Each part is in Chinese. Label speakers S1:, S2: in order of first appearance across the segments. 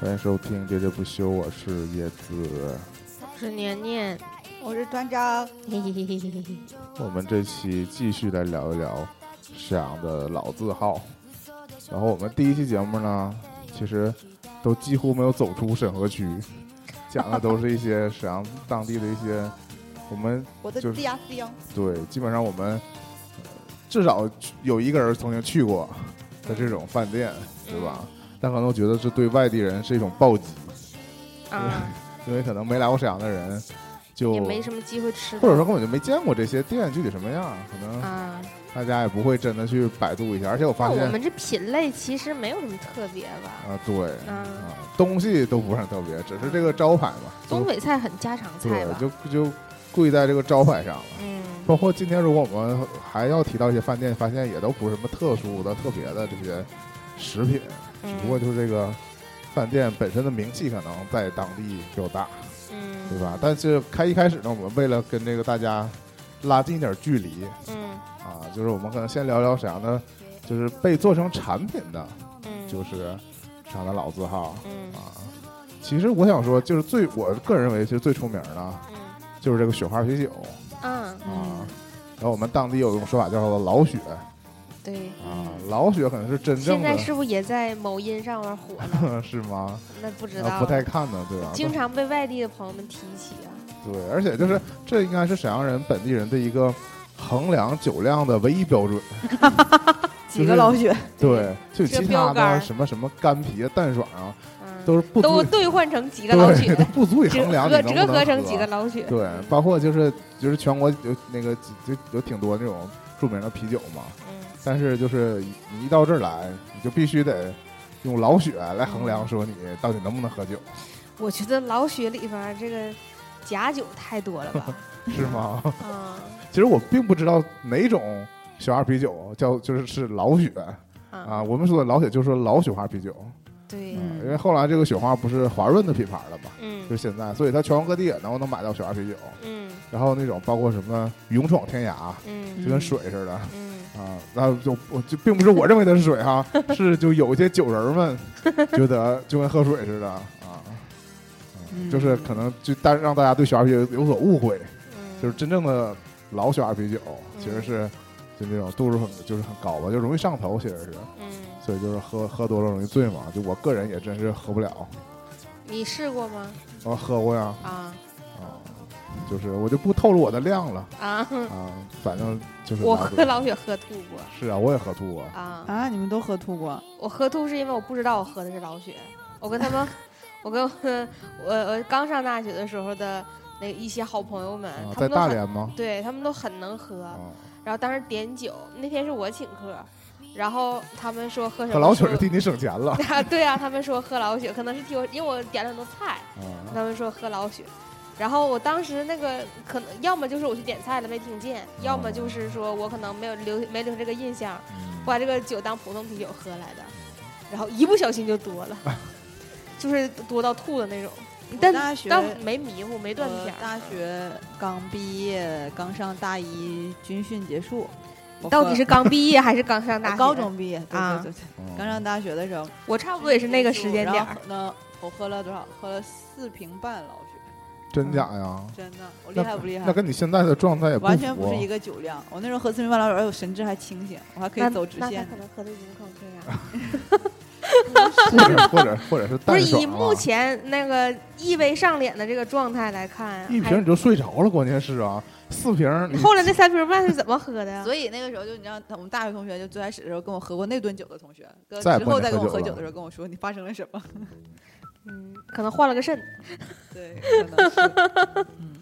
S1: 欢迎收听《喋喋不休》，我是叶子。
S2: 是年年，
S3: 我是团长，
S2: 嘿嘿嘿嘿嘿嘿嘿。
S1: 我们这期继续来聊一聊沈阳的老字号。然后我们第一期节目呢，其实都几乎没有走出沈河区，讲的都是一些沈阳当地的一些我们
S3: 我的
S1: 就是
S3: 家乡，
S1: 对，基本上我们呃至少有一个人曾经去过的这种饭店， 对吧？但可能我觉得是对外地人是一种暴击，
S2: 啊，
S1: 因为可能没来过沈阳的人就
S2: 也没什么机会吃
S1: 或者
S2: 的
S1: 说根本就没见过这些店具体什么样，可能
S2: 啊。
S1: 大家也不会真的去百度一下。而且我
S2: 那
S1: 发现
S2: 哦我
S1: 啊、
S2: 们这品类其实没有什么特别吧？
S1: 对啊、
S2: 嗯，
S1: 东西都不是很特别，只是这个招牌嘛，
S2: 东北菜很家常
S1: 就
S2: 菜
S1: 对，
S2: 吧？
S1: 就就贵在这个招牌上了。
S2: 嗯
S1: 包括今天，如果我们还要提到一些饭店，发现也都不是什么特殊的、特别的这些食品，只不过
S2: 嗯
S1: 就是这个饭店本身的名气可能在当地就大，对
S2: 嗯
S1: 吧？但是开一开始呢，我们为了跟这个大家拉近一点距离
S2: 嗯
S1: 啊，就是我们可能先聊聊沈阳的，就是被做成产品的，
S2: 嗯，
S1: 就是沈阳的老字号
S2: 嗯
S1: 啊。其实我想说，就是最我个人认为，其实最出名的啊
S2: 嗯
S1: 就是这个雪花啤酒。
S2: 嗯，
S1: 啊，然后我们当地有一种说法叫做老雪
S2: 对。
S1: 啊，老雪可能是真正
S2: 现在
S1: 的，
S2: 是不是也在某音上面火 了？
S1: 是吗？
S2: 那不知
S1: 啊，
S2: 道，
S1: 不太看呢，对吧？
S2: 经常被外地的朋友们提起啊。
S1: 对，而且就是这应该是沈阳人本地人的一个衡量酒量的唯一标准。
S3: 几个老雪，
S1: 对，就
S2: 这
S1: 其
S2: 标
S1: 他
S2: 杆儿
S1: 的什么什么干啤、淡爽啊，
S2: 嗯，
S1: 都是不足
S2: 都
S1: 以
S2: 兑换成几个老
S1: 对，
S2: 雪，
S1: 都不足以
S2: 折
S1: 衡量你
S2: 合
S1: 能不
S2: 折
S1: 能
S2: 合成
S1: 喝啊
S2: 几个老雪。
S1: 对，包括就是就是全国有那个就有挺多那种著名的啤酒嘛，
S2: 嗯
S1: 但是就是你一到这儿来，你就必须得用老雪来衡量，说你到底能不能喝酒，
S2: 我觉得老雪里边儿这个假酒太多 了吧？
S1: 是吗？
S2: 啊
S1: 其实我并不知道哪种雪花啤酒叫就是是老雪啊，
S2: 啊，
S1: 我们说的老雪就是老雪花啤酒，
S2: 对
S1: 啊，，
S3: 嗯
S1: 因为后来这个雪花不是华润的品牌了嘛，就
S2: 嗯
S1: 现在，所以它全国各地也能能买到雪花啤酒，
S2: 嗯
S1: 然后那种包括什么勇闯天涯，
S2: 嗯
S1: 就跟水似的。
S2: 嗯
S1: 啊，那就我就并不是我认为的是水哈，是就有一些酒人们 觉得就跟喝水似的啊，啊
S3: 嗯
S1: 就是可能就但让大家对雪花啤酒有所误会，
S2: 嗯，
S1: 就是真正的老雪花啤酒其实
S2: 嗯
S1: 是就那种度数很就是很高吧，就容易上头，其实是，
S2: 嗯，
S1: 所以就是喝喝多了容易醉嘛，就我个人也真是喝不了，
S2: 你试过吗？
S1: 我喝过呀
S2: 啊
S1: 啊，就是我就不透露我的量了
S2: 啊，
S1: 啊，反正就是
S2: 我
S1: 拿
S2: 喝老雪喝吐过
S1: 是啊，我也喝吐过。
S2: 啊，
S3: 啊，你们都喝吐过？
S2: 我喝吐是因为我不知道我喝的是老雪，我跟他们，我跟我我刚上大学的时候的那一些好朋友们
S1: 啊，，在
S2: 他们都
S1: 大
S2: 很
S1: 连吗？
S2: 对他们都很能喝，
S1: 啊，
S2: 然后当时点酒，那天是我请客，然后他们说喝什么？
S1: 可老曲儿
S2: 说
S1: 替你省钱了
S2: 啊，对啊，他们说喝老雪，可能是替我，因为我点了很多菜，
S1: 啊！
S2: 他们说喝老雪。然后我当时那个可能，要么就是我去点菜了没听见，
S3: 哦
S2: 要么就是说我可能没有留没留这个印象，我把这个酒当普通啤酒喝来的，然后一不小心就多 了，就是多到吐的那种。但
S3: 大学
S2: 但没迷糊，没断片
S3: 我
S2: 儿。
S3: 大学刚毕业，刚上大一，军训结束，我
S2: 到
S3: 喝
S2: 底是刚毕业还是刚上大
S3: 我
S2: 学？
S3: 高，中毕业对
S2: 啊
S3: 对对对，
S1: 嗯
S3: 刚上大学的时候，
S2: 我差不多也是那个时间点
S3: 然
S2: 儿
S3: 后。呢，我喝了多少？喝了四瓶半老雪，
S1: 真假呀？
S3: 真的，我厉害不厉害
S1: 那？跟你现在的状态也不
S3: 啊完全不
S1: 符啊
S3: 是一个酒量，我那时候喝四瓶半老雪，而且我神志还清醒，我还可以走直
S2: 那那
S3: 线
S2: 他可。能喝的已经口这样。
S1: 或者或者或者是
S2: 不
S1: 淡
S2: 是
S1: 爽
S2: 以
S1: 啊
S2: 目前那个意味上脸的这个状态来看，
S1: 一瓶你就睡着了，关键是啊，四瓶儿
S2: 还
S1: 你
S2: 后来那三瓶半是怎么喝的呀？
S3: 所以那个时候就你知道，我们大学同学就最开始的时候跟我喝过那顿酒的同学，跟
S1: 再也
S3: 之
S1: 不
S3: 后
S1: 能
S3: 再
S1: 喝
S3: 跟
S1: 酒
S3: 我喝酒
S1: 了
S3: 的时候跟我说你发生 了什么。
S2: 嗯，可能换了个肾，
S3: 对，可能是嗯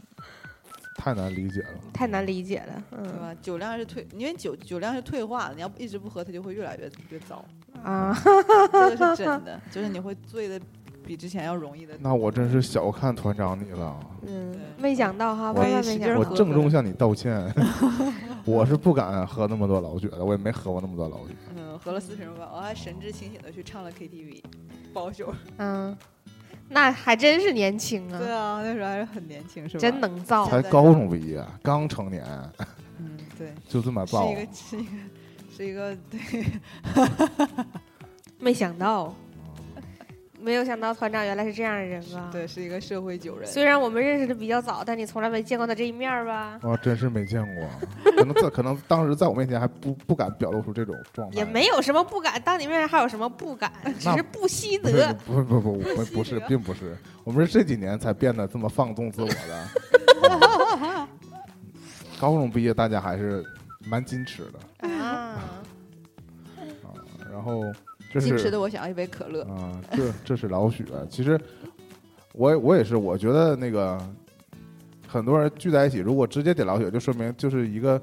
S1: 太难理解了。
S2: 太难理解了。
S3: 对
S2: 嗯
S3: 吧？酒量是退，因为酒酒量是退化的，你要一直不喝，它就会越来越越 糟，
S2: 啊，
S3: 这个是真的，就是你会醉的比之前要容易的。
S1: 那我真是小看团长你了，
S2: 嗯，没想到哈，
S1: 我
S2: 万万没想
S3: 使劲
S2: 到
S1: 我
S3: 喝
S1: 郑重向你道歉。 我是不敢喝那么多老雪的，我也没喝过那么多老雪。
S3: 嗯，喝了四瓶吧，我还神志清醒的去唱了 KTV，包宿。
S2: 嗯，那还真是年轻
S1: 嗯
S3: 对
S2: 啊，
S3: 啊，那时候还是很年轻，是吧？
S2: 真，能造。
S1: 才高中毕业，刚成年
S3: 嗯，对，
S1: 就这么
S3: 是
S1: 爆
S3: 一，个是一个是一个对，
S2: 没想到，没有想到团长原来是这样的人啊！
S3: 对，是一个社会酒人。
S2: 虽然我们认识的比较早，但你从来没见过他这一面儿吧？
S1: 啊，真是没见过，可能在可能当时在我面前还不不敢表露出这种状态，啊
S2: 也没有什么不敢，当你面儿还有什么不敢？只是不惜
S1: 不是
S2: 得。
S1: 不是不是不是我们不是，并不是，我们是这几年才变得这么放纵自我的。嗯高中毕业，大家还是蛮矜持的
S2: 啊！
S1: 啊。然后这
S3: 矜持
S1: 是
S3: 的我想要一杯可乐。
S1: 啊，这这是老许。啊其实我也我也是，我觉得那个很多人聚在一起，如果直接点老许，就说明就是一个，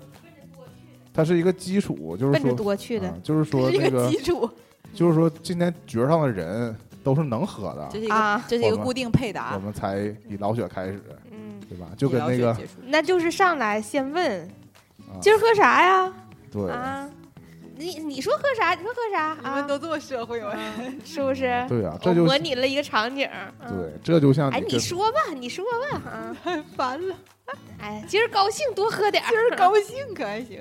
S1: 它是一个基础，就是
S2: 奔着
S1: 说，
S2: 多去的
S1: 啊，就是说
S3: 这是
S1: 那
S3: 一个
S1: 个，啊
S3: 基础，
S1: 就是说今天角上的人都是能喝的
S3: 这，是一个
S2: 啊，
S3: 这是一
S1: 我
S3: 个
S1: 们
S3: 固定配
S1: 我
S3: 搭，
S1: 们才以老雪开始，
S2: 嗯，
S1: 对吧？就
S3: 以
S1: 跟
S3: 老
S1: 那
S3: 雪
S1: 个
S3: 结束
S2: 那就是上来先问
S1: 啊
S2: 今儿喝啥呀？
S1: 对，
S2: 啊，你你说喝啥？你说喝啥
S3: 你们
S2: 啊？嗯
S3: 都这么社会吗？
S2: 是不是？
S1: 对啊，
S2: 我
S1: 这就
S2: 模拟了一个场景。啊，
S1: 对，这就像
S2: 哎，
S1: 你
S2: 你
S1: 跟
S2: 说吧，你说吧啊！
S3: 太 烦了，
S2: 哎，今儿高兴多喝点儿，今
S3: 就是高兴可还行。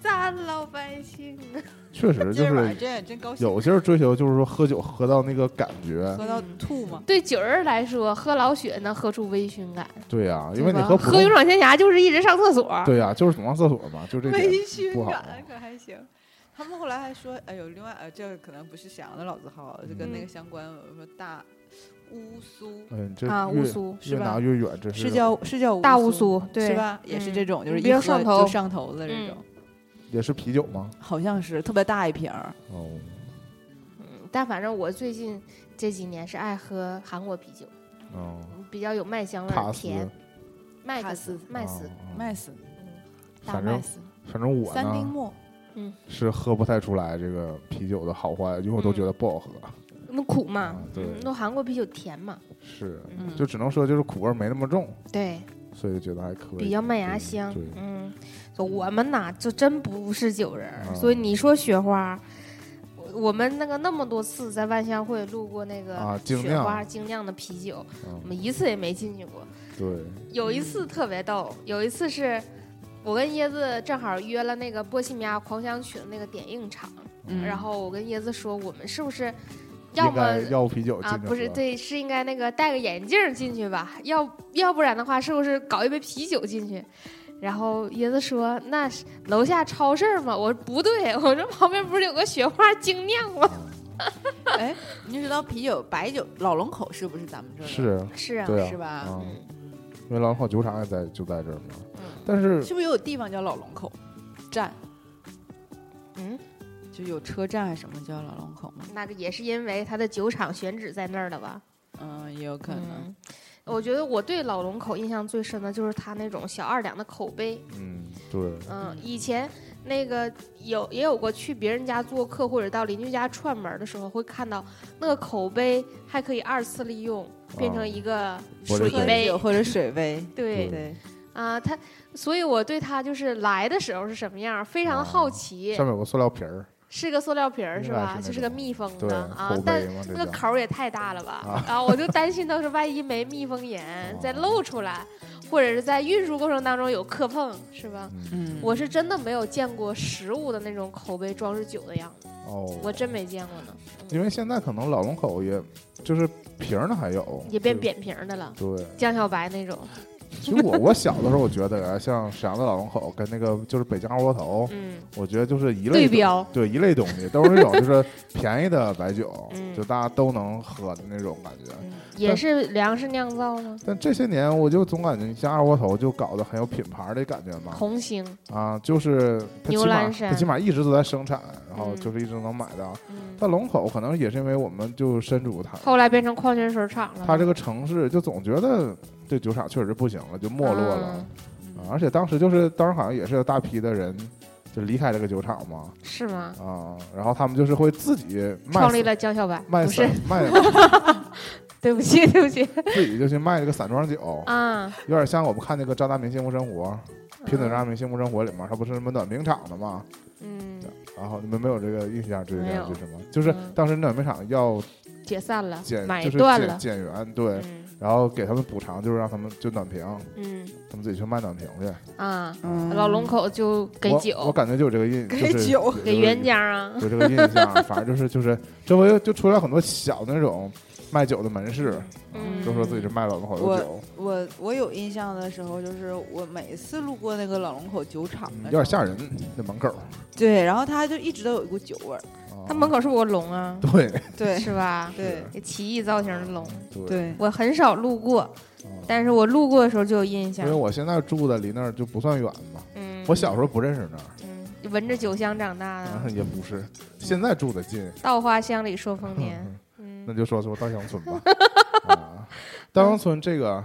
S2: 咱老百姓。啊
S1: 确实就
S3: 今儿晚上
S1: 是
S3: 真也真高兴，
S1: 有些人追求就是说喝酒喝到那个感觉，
S3: 喝到
S2: 嗯
S3: 吐吗？
S2: 对酒人来说，喝老雪能喝出微醺感，
S1: 对呀、啊因为你
S3: 吧
S1: 喝普
S2: 喝
S1: 通
S2: 勇，闯天涯就是一直上厕所。
S1: 对呀、就是总上厕所嘛，就这点
S3: 微醺
S1: 不好
S3: 感可还行。他们后来还说，哎呦，另外呃，这可能不是沈阳的老字号，啊就跟那
S2: 嗯
S3: 个相关，我说大乌苏
S1: 嗯，这
S2: 啊，乌
S1: 越
S2: 苏
S1: 越
S3: 是吧
S1: 拿越远，这
S3: 是叫是叫
S2: 大乌
S3: 乌
S2: 苏，对
S3: 是？吧？也是这种，就是
S2: 嗯
S3: 一
S2: 比较
S3: 喝
S2: 上头嗯
S3: 就上头的这种，
S1: 也是啤酒吗？
S3: 好像是特别大一瓶儿，
S1: 哦，
S2: 嗯，但反正我最近这几年是爱喝韩国啤酒，
S1: 哦，
S2: 比较有麦香味
S1: 塔
S2: 儿，
S1: 斯，
S2: 甜。麦克
S3: 塔
S2: 斯
S3: 斯，
S2: 麦斯，
S1: 哦
S3: 麦斯、
S2: 大
S1: 反
S2: 麦
S1: 正
S2: 斯。
S1: 反正我
S3: 三丁
S1: 呢
S3: 目，
S1: 是喝不太出来这个啤酒的好坏，因为我都觉得不好喝。
S2: 那苦嘛
S1: 啊，对
S2: 嗯那韩国啤酒甜嘛，
S1: 是，
S3: 嗯
S1: 就只能说就是苦味儿没那么重，
S2: 对，
S1: 所以就觉得还可以，
S2: 比较麦芽
S1: 对
S2: 香
S1: 对，，
S2: 嗯，我们呐就真不是酒人儿，
S1: 啊
S2: 所以你说雪花，我我们那个那么多次在万象汇路过那
S1: 啊
S2: 个
S1: 精
S2: 雪
S1: 酿
S2: 花精酿的啤酒，我
S1: 嗯，
S2: 们一次也没进去过。
S1: 对，
S2: 有一次特别逗，有一次是我跟椰子正好约了那个波西米亚狂想曲的那个点映场，
S3: 嗯
S2: 然后我跟椰子说我们是不是要
S1: 应
S2: 么
S1: 该要啤酒进
S2: 啊，
S1: 去
S2: 不是，
S1: 喝
S2: 对， 是应该那个戴个眼镜儿进去吧，要要不然的话，是不是搞一杯啤酒进去？然后椰子说：“那是楼下超市嘛。”我说：“不对，我说旁边不是有个雪花精酿吗
S1: 嗯
S3: 哎，你就知道啤酒、白酒，老龙口是不是咱们这儿的？
S1: 是，？”
S2: 是啊，
S1: 对啊，
S3: 是吧
S1: 啊
S2: 嗯
S1: 因为老炮酒厂也在就在这儿嘛。
S2: 嗯
S1: 但是
S3: 是不是有地方叫老龙口站？
S2: 嗯，
S3: 就有车站还是什么叫老龙口吗？
S2: 那个也是因为它的酒厂选址在那儿了吧？
S3: 嗯，也有可能。
S2: 嗯，我觉得我对老龙口印象最深的就是它那种小二两的口碑。
S1: 嗯，对，
S2: 嗯
S3: 嗯，
S2: 以前那个有也有过去别人家做客或者到邻居家串门儿的时候，会看到那个口杯还可以二次利用，变成一个
S1: 哦我
S2: 水
S1: 理解嗯
S3: 喝
S2: 杯
S3: 酒。或者水杯，
S2: 对
S1: 对
S3: 对，
S2: 啊，它，所以我对它就是来的时候是什么样儿，非常的好奇
S1: 哦上，面有个塑料瓶儿，
S2: 是个塑料瓶儿
S1: 应
S2: 是
S1: 该
S2: 吧
S1: 是？那
S2: 就是个
S1: 种
S2: 密封
S1: 对，
S2: 的啊
S1: 口，
S2: 但
S1: 碑嘛，这
S2: 那个
S1: 叫
S2: 口儿也太大了吧！
S1: 啊
S2: 然后我就担心，到时候万一没密封严， 再漏出来，或者是在运输过程当中有磕碰，是吧？
S1: 嗯
S3: 嗯，
S2: 我是真的没有见过实物的那种口杯装饰酒的样子，
S1: 哦，
S2: 我真没见过呢。
S1: 因为现在可能老龙口也就是瓶儿呢还有，
S2: 也变
S1: 嗯就。
S2: 扁平的了，
S1: 对，
S2: 江小白那种，
S1: 其实我我小的时候，我觉得啊像沈阳的老龙口跟那个就是北京二锅头，
S2: 嗯，
S1: 我觉得就是一类
S2: 对
S1: 东
S2: 标，，
S1: 对一类东西，都是那种就是便宜的白酒
S2: 嗯
S1: 就大家都能喝的那种感觉。
S2: 嗯，也是粮食酿造吗？
S1: 但这些年，我就总感觉像二锅头就搞得很有品牌的感觉嘛，
S2: 红星，
S1: 啊，就是它
S2: 牛
S1: 起码
S2: 栏山
S1: 它起码一直都在生产，然后
S2: 嗯
S1: 就是一直能买到。
S2: 嗯，
S1: 但龙口可能也是因为我们就身处它，
S2: 后来变成矿泉水厂了吗。
S1: 它这个城市就总觉得这酒厂确实不行了，就没落了
S2: 嗯
S1: 啊。而且当时就是当时好像也是有大批的人就离开这个酒厂嘛，
S2: 嗯是吗？
S1: 啊，然后他们就是会自己卖
S2: 创立了江小白，
S1: 卖
S2: 不是
S1: 散，卖
S2: 对不起，对 不起
S1: 自己就去卖这个散装酒，
S2: 啊，
S1: 有点像我们看那个张大民幸福生活。平啊等让明星不生活里面，它不是什么暖冰厂的吗？
S2: 嗯，
S1: 然后你们没有这个印象，这个
S2: 没有
S1: 就是什么？就是
S2: 嗯
S1: 当时暖冰厂要
S2: 解散了
S1: 减，
S2: 买
S1: 就是
S2: 断
S1: 减
S2: 了，
S1: 减员，对，
S2: 嗯
S1: 然后给他们补偿，就是让他们就暖瓶，
S2: 嗯
S1: 他们自己去卖暖瓶去。
S2: 啊，
S3: 嗯
S2: 老龙口就给
S1: 我我
S2: 酒，
S1: 感觉就有这个印，
S3: 给
S1: 就是
S3: 酒
S1: 有这个
S2: 给袁家啊，
S1: 有这个印象，反正就是就是周围就出来很多小那种卖酒的门市，
S2: 嗯
S1: 都说自己是卖老龙口的酒，
S3: 我我有印象的时候，就是我每次路过那个老龙口酒厂
S1: 嗯
S3: 的，
S1: 有点吓。人，那门口。
S3: 对，然后它就一直都有一股酒味 儿。
S1: 啊
S2: 他门口是我龙啊，
S1: 对
S3: 对
S2: 是吧？
S3: 对
S2: 有奇异造型的龙，
S1: 对，
S3: 对，
S2: 我很少路过，
S1: 嗯
S2: 但是我路过的时候就有印
S1: 因
S2: 象
S1: 为。我现在住的离那儿就不算远嘛，
S2: 嗯，
S1: 我小时候不认识那儿
S2: 嗯，闻着酒香长大
S1: 啊，
S2: 的，
S1: 也不是，现在住的近，
S2: 稻花香里说丰年。嗯
S1: 那就说说稻香村 吧。啊，稻香村这个，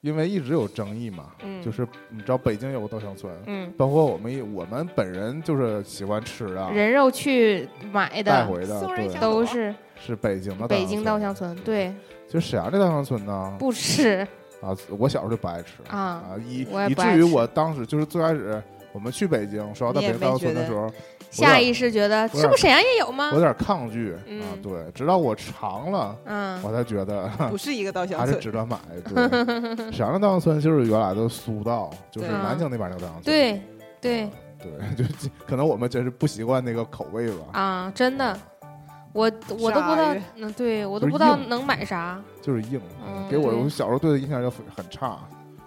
S1: 因为一直有争议嘛，
S2: 嗯，
S1: 就是你知道北京有个稻香村，
S2: 嗯，
S1: 包括我们也我们本人就是喜欢吃啊，
S2: 人肉去买
S1: 带
S2: 的
S1: 回的，啊
S3: 送人
S1: 对，
S3: 小
S2: 都是
S1: 是北京的啊
S2: 北京稻
S1: 稻香
S2: 香村，对，
S1: 村。就沈阳这稻香村呢，
S2: 不吃
S1: 啊，我小时候就不爱吃
S2: 啊
S1: 以
S2: 我也
S1: 以
S2: 不爱
S1: 至于
S2: 吃
S1: 我当时就是最开始我们去北京，说要到
S3: 你
S1: 北
S3: 也
S1: 京稻
S3: 没
S1: 香村的
S3: 觉得
S1: 时候，
S2: 下意识觉得
S1: 点
S2: 这不沈阳也有吗
S1: 我有？点抗拒、啊，
S2: 嗯
S1: 对，直到我尝了，
S2: 嗯
S1: 我才觉 得
S3: 不是一个稻香
S1: 还是
S3: 村。
S1: 值得买。对，沈阳的稻香村就是原来的苏稻，就是
S3: 对
S1: 南京那边的稻香村。
S2: 啊对对
S1: 对， 就可能我们真是不习惯那个口味吧，
S2: 啊，真的，我我都不知道
S3: 鲨鱼，
S2: 嗯，对我
S1: 就
S2: 都
S1: 是
S2: 不知道
S1: 硬
S2: 能买啥。
S1: 就是硬，
S2: 嗯
S1: 给我
S2: 对
S1: 我小时候对的印象就很很差。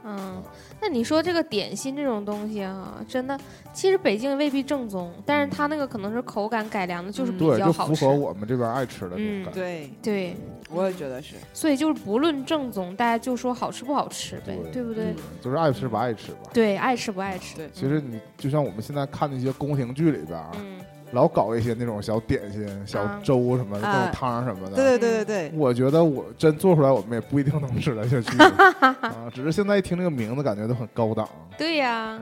S2: 嗯，那你说这个点心这种东西啊，真的，其实北京未必正宗，但是它那个可能是口感改良的，就是
S3: 嗯
S2: 比
S1: 对，
S2: 较
S1: 就
S2: 好
S1: 符
S2: 吃。
S1: 合我们这边爱吃的那种
S2: 嗯
S1: 感觉。
S3: 对，
S2: 对，
S1: 嗯
S3: 我也觉得是。
S2: 所以就是不论正宗，大家就说好吃不好吃呗，对不对？
S1: 就是爱吃不爱吃吧。
S2: 对，爱吃不爱吃。
S3: 对
S1: 其实你就像我们现在看那些宫廷剧里边儿，
S2: 嗯，
S1: 老搞一些那种小点心、小
S2: 啊
S1: 粥什么的、各
S3: 啊
S1: 种汤什么的。
S3: 对对对对对，
S1: 我觉得我真做出来，我们也不一定能吃得下 去啊。只是现在一听这个名字，感觉都很高档
S2: 对呀、
S1: 啊，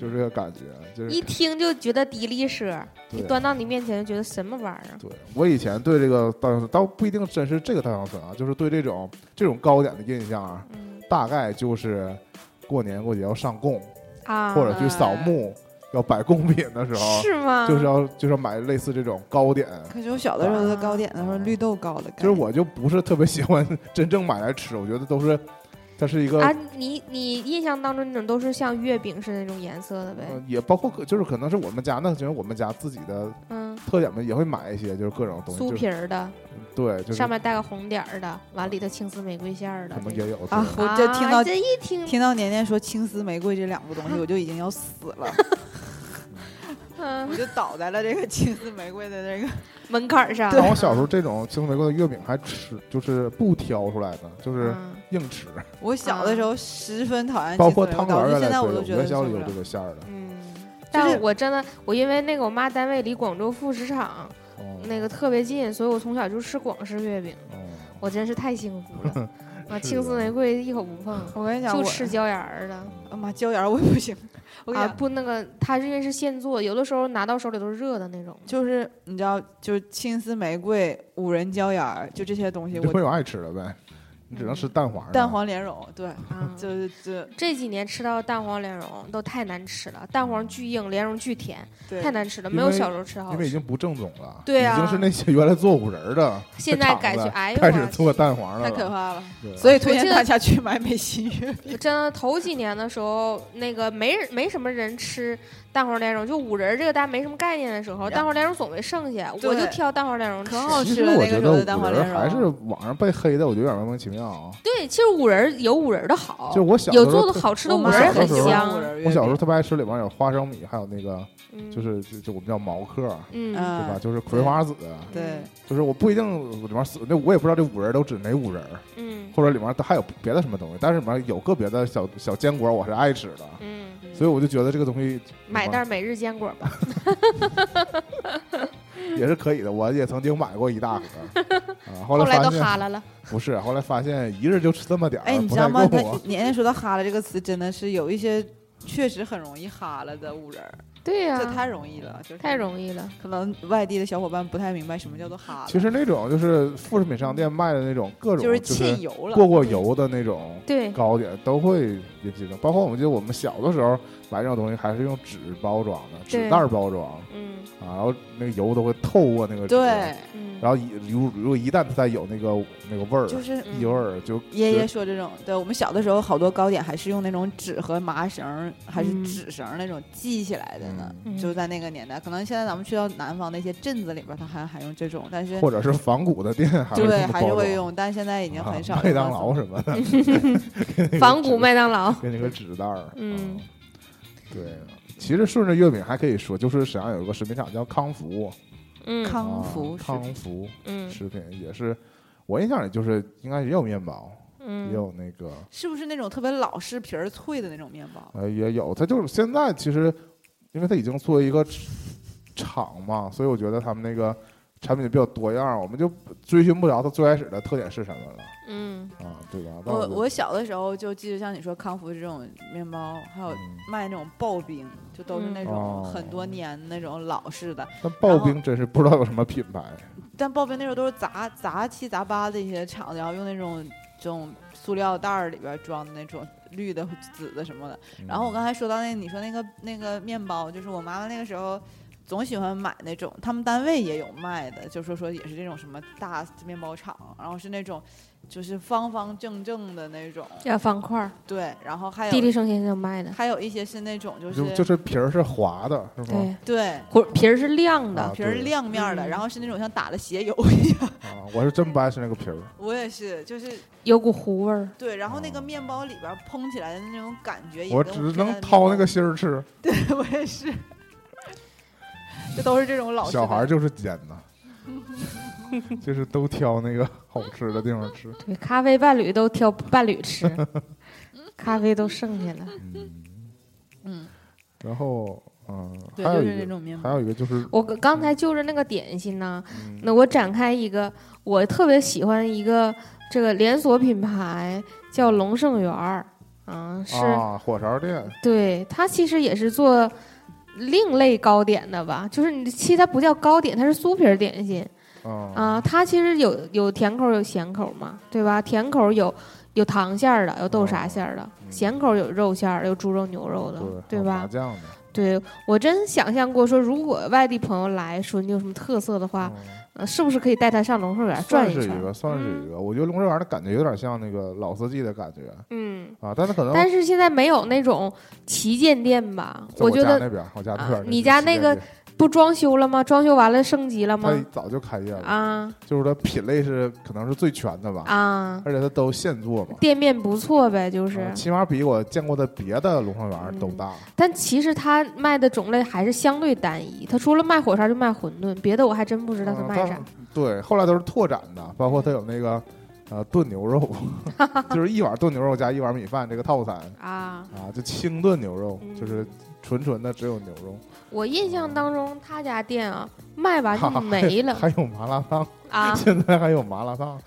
S1: 就这个感觉，就
S2: 嗯一
S1: 是
S2: 听就觉得迪丽奢，一
S1: 嗯对
S2: 端到你面前就觉得什么玩意儿。啊
S1: 对。我以前对这个稻香村，倒不一定真是这个稻香村啊，就是对这种这种糕点的印象啊，
S2: 嗯
S1: 大概就是过年过节要上供，
S2: 啊，
S1: 或者去扫墓，要摆贡品的时候，
S2: 是啊吗？
S1: 就是要就是要买类似这种糕点。
S3: 可是我小的时候的糕点的时候，绿豆糕的感觉。
S1: 其实我就不是特别喜欢 真正买来吃，我觉得都是它是一个
S2: 啊，你你印象当中那种都是像月饼是那种颜色的呗？
S1: 呃也包括可就是可能是我们家，那可能我们家自己的
S2: 嗯，
S1: 特点嘛，也会买一些，就是各种东西，
S2: 酥
S1: 就是
S2: 皮儿的，
S1: 对，就是
S2: 上面带个红点儿的，完里头青丝玫瑰馅儿的
S1: 可能
S2: 那种。
S1: 也有
S3: 啊
S1: 对
S3: 我这听到
S2: 这一听，
S3: 听到年年说青丝玫瑰这两个东 西，我就已经要死了，我
S2: 嗯，
S3: 就倒在了这个青丝玫瑰的那 个。
S2: 门槛儿上。
S1: 但我小时候这种青玫瑰的月饼还吃，就是不挑出来的，就是
S2: 嗯
S1: 硬吃，
S3: 我小的时候十分讨厌
S1: 包
S3: 青丝
S1: 括
S3: 玫瑰
S1: 汤圆
S3: 糕，
S1: 儿
S3: 就
S1: 原
S3: 现
S1: 来
S3: 在
S1: 都
S3: 我
S1: 有，
S3: 都觉得
S1: 元宵
S3: 受
S1: 里
S3: 不
S1: 有
S3: 了
S1: 这。个馅 儿的，
S2: 嗯，
S3: 是
S2: 但我真的，我因为那个我妈单位离广州副食厂
S1: 哦
S2: 那个特别近，所以我从小就吃广式月饼，
S1: 哦
S2: 我真是太幸福 了。啊，
S1: 是
S2: 青丝
S1: 的
S2: 玫瑰一口不碰，
S3: 我跟你讲，
S2: 就
S3: 我
S2: 吃椒盐儿的。
S1: 嗯
S3: 啊妈椒盐儿我也 不行，我跟你
S2: 啊，
S3: 讲，
S2: 不，那个它是因为是现做，有的时候拿到手里都是热的那种。
S3: 就是你知道，就是青丝玫瑰、五仁椒盐儿，就这些东西，
S1: 你就
S3: 我
S1: 会有爱吃的呗，你只能吃蛋黄的，啊
S3: 蛋黄莲蓉，对，，
S2: 啊
S3: 就是这
S2: 这几年吃到的蛋黄莲蓉都太难吃了，蛋黄巨硬，莲蓉巨甜，
S3: 对
S2: 太难吃了，
S1: 因
S2: 没有
S1: 为
S2: 小时候吃好
S1: 因为已
S2: 吃。
S1: 经不正宗了，
S2: 对
S1: 已经
S2: 啊
S1: 是那些原来做五仁儿的，
S2: 现在
S1: 厂
S2: 改去
S1: 子，
S2: 哎呦
S1: 开始
S2: 我
S1: 做
S2: 去
S1: 蛋黄的
S3: 太可
S1: 了，
S3: 怕了。
S1: 对
S3: 所以推荐
S2: 我记得
S3: 大家去买美心月饼。
S2: 真的头几年的时候，那个没人没什么人吃蛋黄莲蓉，就五仁儿这个大家没什么概念的时候，蛋黄莲蓉总没剩下，我就
S3: 对
S2: 挑蛋黄莲蓉吃
S3: 可。好
S1: 其
S3: 吃
S1: 实
S3: 哦了
S1: 我
S3: 那
S1: 觉
S3: 个时
S1: 得
S3: 候
S1: 五
S3: 的蛋黄
S1: 仁
S3: 莲
S1: 儿还是
S3: 蓉。
S1: 网上被黑的，我觉得有点莫名其妙啊。
S2: 对，其实五仁儿有五仁儿的好，
S1: 就是我小
S2: 有
S1: 时候
S2: 做
S1: 特
S2: 的好吃的
S3: 我
S2: 五
S3: 妈
S2: 仁儿
S1: 小
S2: 很
S1: 时候
S2: 香。
S1: 我小时候特别爱吃里面有花生米，还有那个
S2: 嗯
S1: 就是就就我们叫毛克，
S2: 嗯
S3: 嗯
S1: 对吧？就是葵花籽，
S3: 对
S1: 就是我不一定里面死那我也不知道这五仁都指哪五仁，
S2: 嗯
S1: 或者里面还有别的什么东西，但是里面有个别的小小坚果我是爱吃的，
S2: 嗯，
S1: 所以我就觉得这个东西
S2: 买袋儿每日坚果吧。
S1: 也是可以的。我也曾经买过一 大盒，啊，后来
S2: 后来都
S1: 发现
S2: 哈拉了，
S1: 不是，后来发现一日就吃这么点
S3: 哎，
S1: 儿，
S3: 你
S1: 不
S3: 知道
S1: 太
S3: 吗？
S1: 够
S3: 他
S1: 啊。
S3: 年年说到“哈了”这个词，真的是有一些确实很容易哈了的五仁儿，
S2: 对呀
S3: 这，太容易了，就是
S2: 啊太容易了。
S3: 可能外地的小伙伴不太明白什么叫做哈了，
S1: 其实那种就是副食品商店卖的那种各种
S3: 就是
S1: 就
S3: 沁
S1: 是
S3: 油了。
S1: 过过油的那种
S2: 对，
S1: 糕点都会引起的，包括我们记得我们小的时候白这种东西还是用纸包装的，
S2: 对
S1: 纸袋儿包装啊，
S2: 嗯
S1: 然后那个油都会透过那个纸，
S3: 对，
S2: 嗯，
S1: 然后一如如果一旦再有那个那个味儿，
S3: 就是
S2: 嗯
S1: 异味儿就
S3: 爷
S1: 就
S3: 爷说这种，对我们小的时候好多糕点还是用那种纸和麻绳儿，还是
S2: 嗯
S3: 纸绳儿那种系起来的呢。
S1: 嗯
S2: 嗯
S3: 就在那个年代，可能现在咱们去到南方那些镇子里边儿，他还还用这种，但是
S1: 或者是仿古的店还会
S3: 对
S1: 这么
S3: 还
S1: 包
S3: 是会
S1: 装
S3: 用，但现在已经
S1: 啊
S3: 很少了。
S1: 麦当劳什么的，
S2: 仿古麦当劳，
S1: 跟那个纸袋儿，
S2: 嗯，
S1: 对。其实顺着月饼还可以说，就是沈阳有一个食品厂叫康福，
S2: 嗯
S3: 康
S1: 啊
S3: 福食
S1: 康
S3: 品
S1: 福
S2: 嗯
S1: 食品也是，我印象里就是应该也有面包，也
S2: 嗯
S1: 有那个
S3: 是不是那种特别老实皮儿脆的那种面包？
S1: 呃也有，它就是现在其实，因为它已经作为一个厂嘛，所以我觉得他们那个产品比较多样，我们就追寻不着它最开始的特点是什么了。
S2: 嗯
S1: 啊，对吧？但
S3: 我
S1: 觉得
S3: 我小的时候就记得像你说康福这种面包，还有
S1: 嗯
S3: 卖那种刨冰，就都是
S2: 嗯
S3: 那
S1: 哦
S3: 种很多年那种老式的。
S1: 但刨
S3: 然后
S1: 冰真是不知道有什么品牌，
S3: 但刨冰那时候都是杂杂七杂八的一些厂子，然后用那种这种塑料袋儿里边装的那种绿的、紫的什么的。
S1: 嗯
S3: 然后我刚才说到那个你说那个那个面包，就是我妈妈那个时候。总喜欢买那种，他们单位也有卖的，就说说也是这种什么大面包厂，然后是那种，就是方方正正的那种，
S2: 要方块儿，
S3: 对，然后还有哦
S2: 地利生先生卖的，
S3: 还有一些是那种就是
S1: 就就是皮儿是滑的，是吗？
S2: 对，
S3: 对
S2: 果皮儿是亮
S1: 啊
S2: 的，
S3: 皮儿
S1: 对
S3: 亮面儿的，
S2: 嗯
S3: 然后是那种像打了鞋油一样。
S1: 啊，我是真不爱吃那个皮儿。
S3: 我也是，就是
S2: 有股糊味儿，
S3: 对，然后那
S1: 哦
S3: 个面包里边儿蓬起来的那种感觉也
S1: 我
S3: 跟我
S1: 只
S3: 现在
S1: 能
S3: 的
S1: 掏那
S3: 面
S1: 个芯儿吃，
S3: 包。 我也是，这都是这种老式
S1: 小
S3: 的
S1: 孩儿就是尖呐，就是都挑那个好吃的地方吃。
S2: 对，咖啡伴侣都挑伴侣 吃，咖啡都剩下了。
S1: 嗯，
S3: 嗯，
S1: 然后嗯，
S3: 对，
S1: 还有
S3: 就
S1: 一
S3: 是那
S1: 个，
S3: 种面
S1: 还
S3: 包。
S1: 有一个就是，
S2: 我刚刚才就是那个点心呢，
S1: 嗯
S2: 那我展开一个，我特别喜欢一个这个连锁品牌叫龙盛园儿，啊，是、
S1: 啊，
S3: 哦
S1: 火烧店，
S2: 对它其实也是做另类糕点的吧，就是你其实它不叫糕点，它是酥皮儿点心
S1: 啊，
S2: 啊，它其实有有甜口儿有咸口儿嘛，对吧？甜口儿有有糖馅儿的，有豆沙馅儿的，
S1: 嗯
S2: 咸口儿有肉馅儿，有猪肉牛肉的，
S1: 对，还有
S2: 吧？
S1: 麻酱的，
S2: 对我真想象过说，如果外地朋友来说你有什么特色的话，
S1: 嗯
S2: 呃是不是可以带他上龙寿园转
S1: 算是
S2: 圈
S1: 一
S2: 儿？
S1: 个，算是一个。我觉得龙这玩意儿的感觉有点像那个老司机的感觉
S2: 嗯，
S1: 啊，但是可能
S2: 但是现在没有那种旗舰店吧？
S1: 在
S2: 我
S1: 我
S2: 觉
S1: 家
S2: 得
S1: 那边儿，我家那
S2: 啊
S1: 边儿，
S2: 你家那个不装修了吗？装修完了升级了
S1: 它
S2: 吗？
S1: 早就开业了，
S2: 啊
S1: 就是它品类是可能是最全的吧，
S2: 啊，
S1: 而且它都现做嘛，
S2: 店面不错呗，就是嗯
S1: 啊。起码比我见过的别的龙凤园儿都大。
S2: 但其实它卖的种类还是相对单一，它除了卖火烧就卖馄饨，别的我还真不知道它
S1: 嗯
S2: 卖啥。
S1: 对，后来都是拓展的，包括它有那个呃炖牛肉， 就是一碗炖牛肉加一碗米饭这个套餐
S2: 啊，
S1: 啊，就清炖牛肉，
S2: 嗯
S1: 就是纯纯的只有牛肉，
S2: 我印象当中他家店啊，卖完
S1: 哈
S2: 就
S1: 哈
S2: 没了
S1: 还有麻辣烫，
S2: 嗯啊，哦
S1: 现在还有麻辣烫。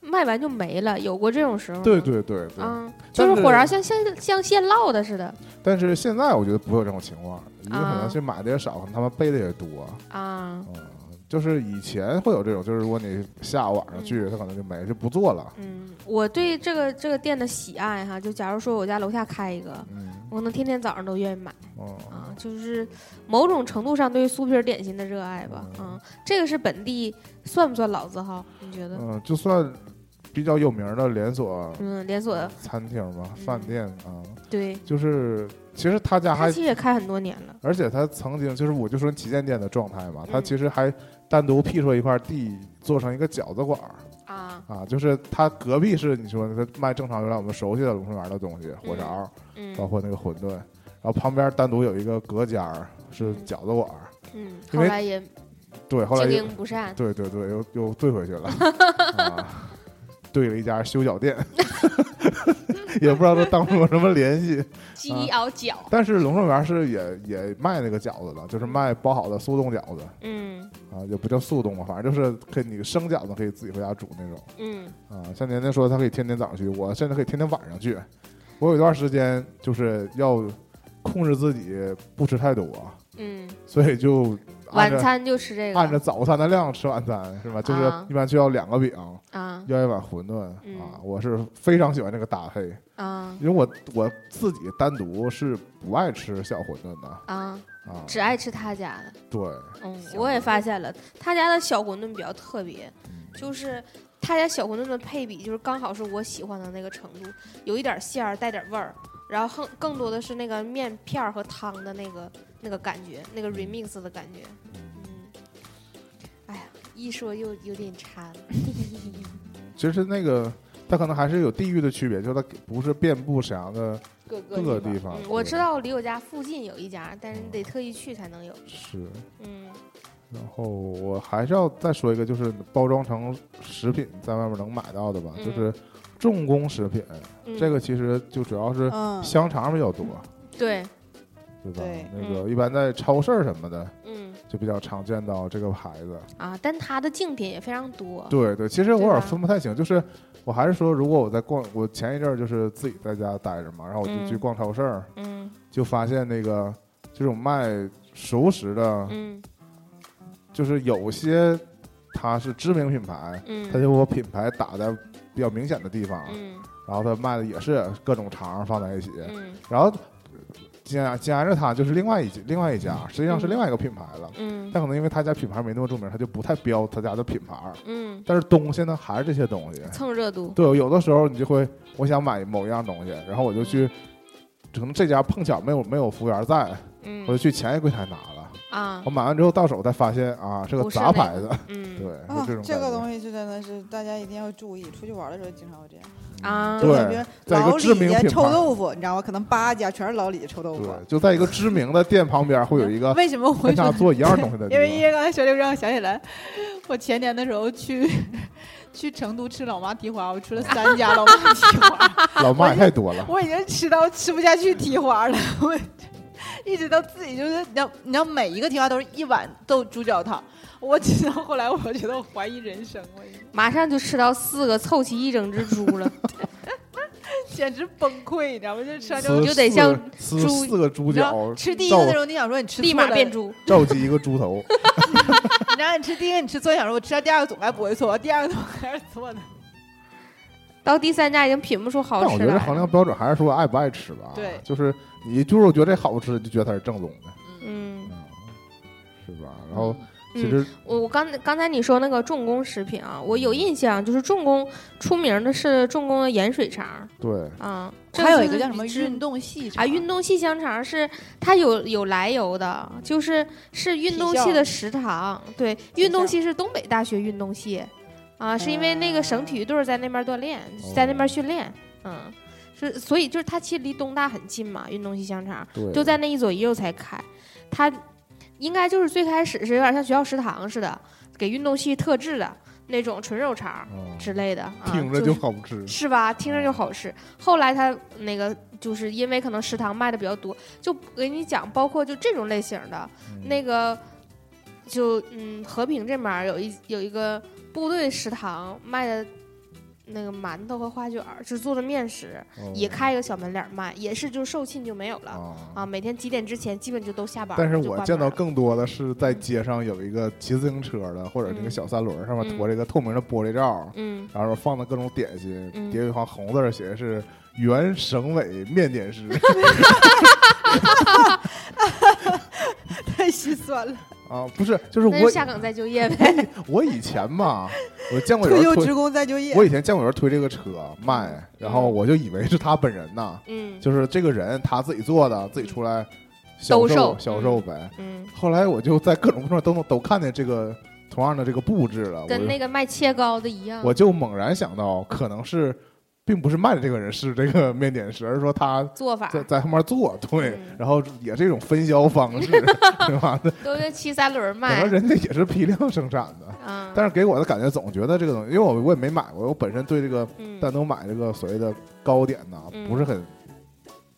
S2: 卖完就没了，有过这种时候吗。
S1: 对对对对，
S2: 啊，
S1: 但
S2: 就是
S1: 是
S2: 火烧像像像现烙的似的
S1: 但是现在我觉得不会有这种情况，一个可
S2: 啊
S1: 能是买的也少，可能他们备的也多。
S2: 啊，
S1: 嗯，就是以前会有这种，就是如果你下午晚上去，他可能就没就不做了。
S2: 嗯，我对这个这个店的喜爱哈，就假如说我家楼下开一个，
S1: 嗯
S2: 我可能天天早上都愿意买
S1: 嗯
S2: 啊，就是某种程度上对酥皮儿点心的热爱吧，
S1: 嗯
S2: 啊，这个是本地算不算老字号？你觉得？
S1: 嗯，就算比较有名的连锁
S2: 嗯，连锁嗯
S1: 餐厅嘛，饭店啊，
S2: 对，
S1: 就是其实他家
S2: 它
S1: 还
S2: 其，实也开很多年了，
S1: 而且他曾经就是我就说旗舰店的状态嘛，他
S2: 嗯
S1: 其实还单独辟出了一块地做成一个饺子馆儿
S2: 啊，
S1: 啊，就是他隔壁是你说他卖正常原来我们熟悉的龙顺园的东西，火烧。包
S2: 嗯
S1: 括那个馄饨，然后旁边单独有一个隔间儿是饺子馆儿，
S2: 嗯，
S1: 因
S2: 后
S1: 为
S2: 来也
S1: 对，后来啊
S2: 经
S1: 又
S2: 营不善，
S1: 对对对，又又兑回去了，啊，兑了一家修脚店， 也不知道他当初有什么联系，
S2: 鸡熬脚，
S1: 但是龙胜园是也也卖那个饺子的，就是卖包好的速冻饺子
S2: 嗯
S1: 啊，也不叫速冻吧，反正就是可以你生饺子可以自己回家煮那种
S2: 嗯
S1: 啊，像年年说他可以天天早上去，我甚至可以天天晚上去，我有一段时间就是要控制自己不吃太多。
S2: 嗯
S1: 所以就按
S2: 晚
S1: 着
S2: 餐就吃这个
S1: 按着早餐的量吃晚餐是吧？就是
S2: 啊
S1: 一般就要两个饼，
S2: 啊
S1: 要一碗馄饨
S2: 嗯
S1: 啊。我是非常喜欢这个搭配，
S2: 啊
S1: 因为我我自己单独是不爱吃小馄饨的
S2: 啊，
S1: 啊，
S2: 只爱吃他家的。
S1: 对，
S2: 嗯，
S1: 小
S2: 我也
S1: 馄饨
S2: 发现了，他家的小馄饨比较特别，就是他家小馄饨的配比就是刚好是我喜欢的那个程度，有一点馅儿带点味儿，然后更更多的是那个面片儿和汤的那个那个感觉，那个 remix 的感觉。嗯，哎呀，一说又有点馋。
S1: 其实那个它可能还是有地域的区别，就是它不是遍布沈阳的，
S2: 各个
S1: 各个地方
S2: 嗯，我
S1: 对
S2: 知道离我家附近有一家，但是你得特意去才能有。
S1: 是。
S2: 嗯
S1: 然后我还是要再说一个，就是包装成食品在外面能买到的吧，
S2: 嗯
S1: 就是重工食品，
S2: 嗯，
S1: 这个其实就主要是
S3: 嗯，
S1: 香肠比较多，
S2: 对，
S1: 对吧？
S3: 对
S1: 那个一般在超市儿什么的
S2: 嗯
S1: 就比较常见到这个牌子。
S2: 啊，但它的竞品也非常多。
S1: 对对，其实我有
S2: 对吧
S1: 点分不太清，就是我还是说，如果我在逛，我前一阵儿就是自己在家待着嘛，然后我就
S2: 嗯
S1: 去逛超市儿，
S2: 嗯
S1: 就发现那个这种卖熟食的，
S2: 嗯
S1: 就是有些它是知名品牌，
S2: 嗯，
S1: 它就把品牌打在比较明显的地方，
S2: 嗯
S1: 然后它卖的也是各种肠儿放在一起，
S2: 嗯
S1: 然后紧紧挨着它就是另外一另外一家，实际上是另外一个品牌了。
S2: 嗯
S1: 但可能因为他家品牌没那么著名，他就不太标他家的品牌儿。
S2: 嗯，
S1: 但是东西呢，还是这些东西。
S2: 蹭热度。
S1: 对，有的时候你就会，我想买某一样东西，然后我就去，可能这家碰巧没有没有服务员在，
S2: 嗯
S1: 我就去前一柜台拿了。
S2: 啊
S1: 我，买完之后到手才发现啊，是个
S2: 不是
S1: 杂
S2: 那个
S1: 牌子。对
S2: 嗯，
S1: 是
S3: 啊
S1: 这种，
S3: 这
S1: 感
S3: 个
S1: 觉
S3: 东西是真的是大家一定要注意，出去玩的时候经常会这样。
S1: 嗯
S2: 啊
S3: 就
S1: 对
S3: 感觉
S1: 在一个
S3: 老
S1: 知名
S3: 李家
S1: 品
S3: 臭
S1: 牌
S3: 豆腐，你知道吗？可能八家全是老李家臭豆腐。
S1: 对，就在一个知名的店旁边会有一个
S3: 为什么我
S1: 跟
S3: 觉
S1: 他
S3: 得？
S1: 做一样东西 的地
S3: 因为因
S1: 方。
S3: 为刚才说这个让我想起来，我前年的时候去去成都吃老妈蹄花，我吃了三家老妈蹄花，
S1: 老妈也太多了，
S3: 我已经吃到吃不下去蹄花了，我一直到自己就是，你知道你知道每一个蹄花都是一碗豆猪脚汤，我吃到后来我觉得我怀疑人生，我已经
S2: 马上就吃到四个，凑齐一整只猪了。
S3: 简直崩溃，你知道吗？就是吃完之后。
S1: 撕
S2: 就得
S1: 四
S2: 像
S1: 个撕
S2: 猪
S1: 四个猪
S3: 你知
S1: 脚
S3: 道，吃第一
S1: 照
S3: 个的时候，你想说你吃
S2: 立
S3: 错
S2: 马
S3: 了
S2: 变猪。
S1: 召集一个猪头。
S3: 你让你吃第一个，你吃错，想说我吃到第二个总该不会错，第二个总该是错的。
S2: 到第三家已经品不出好
S1: 但我
S2: 吃
S1: 觉得
S2: 来
S1: 这
S2: 了。
S1: 衡量标准还是说爱不爱吃吧。
S3: 对
S1: 就是你就是觉得这好吃，就觉得它是正宗的，
S2: 嗯，
S1: 是吧？然后
S2: 嗯
S1: 其实
S2: 我我刚刚才你说那个重工食品啊，我有印象，就是重工出名的是重工的盐水肠
S1: 对，
S2: 啊，这
S3: 还有
S2: 就
S3: 一个
S2: 是
S3: 叫什么
S2: 知
S3: 运动细肠
S2: 啊，运动系香肠是它有有来由的，就是是运动系的食堂。对，运动系是东北大学运动系，啊，是因为那
S1: 哦
S2: 个省体育队儿在那边锻炼，在那边训练，嗯，是所以就是它其实离东大很近嘛，运动系香肠
S1: 对，
S2: 就在那一左一右才开，它应该就是最开始是有点像学校食堂似的，给运动系特制的那种纯肉肠
S1: 嗯
S2: 之类的，啊、
S1: 听着
S2: 就
S1: 就是好吃。
S2: 是吧？听着就好吃。后来他那个就是因为可能食堂卖的比较多，就给你讲，包括就这种类型的
S1: 嗯
S2: 那个，就嗯，和平这边儿有一有一个部队食堂卖的。那个馒头和花卷儿是做的面食，
S1: 哦
S2: 也开一个小门脸儿卖，也是就售罄就没有了
S1: 啊。
S2: 啊。每天几点之前基本就都下班儿
S1: 但
S2: 了，
S1: 是
S2: 就
S1: 我
S2: 关
S1: 见
S2: 门
S1: 到
S2: 了
S1: 更多的是在街上有一个骑自行车的，或者那个
S2: 嗯
S1: 小三轮儿上面
S2: 嗯
S1: 驮着一个透明的玻璃罩，
S2: 嗯
S1: 然后放的各种点心，
S2: 嗯
S1: 底下有一行红字儿写的是“原省委面点 师
S3: 太心酸了。”
S1: 啊，不是，就是
S2: 那就
S1: 我
S2: 下岗再就业呗。
S1: 我以前 嘛，我见过有
S3: 退
S1: 人
S3: 休
S1: 推
S3: 职，工再就业
S1: 我，以前见过有人推这个车卖，然后我就以为是他本人呐，
S2: 嗯
S1: 就是这个人他自己做的，自己出来销
S2: 兜售
S1: 销
S2: 嗯
S1: 售呗。
S2: 嗯，
S1: 后来我就在各种上都能都看见这个同样的这个布置了，我
S2: 跟那
S1: 就
S2: 个卖切糕的一样，
S1: 我就猛然想到，可能是并不是卖的这个人是这个面点师，而是说他
S2: 做法
S1: 在在后面做，对
S2: 嗯，
S1: 然后也是一种分销方 式，对吧？
S2: 都用骑三轮儿
S1: 可能
S2: 卖。
S1: 人家也是批量生产的。
S2: 嗯，
S1: 但是给我的感觉总觉得这个东西，因为我我也没买过，我本身对这个
S2: 嗯
S1: 单独买这个所谓的糕点呐，
S2: 嗯
S1: 不是很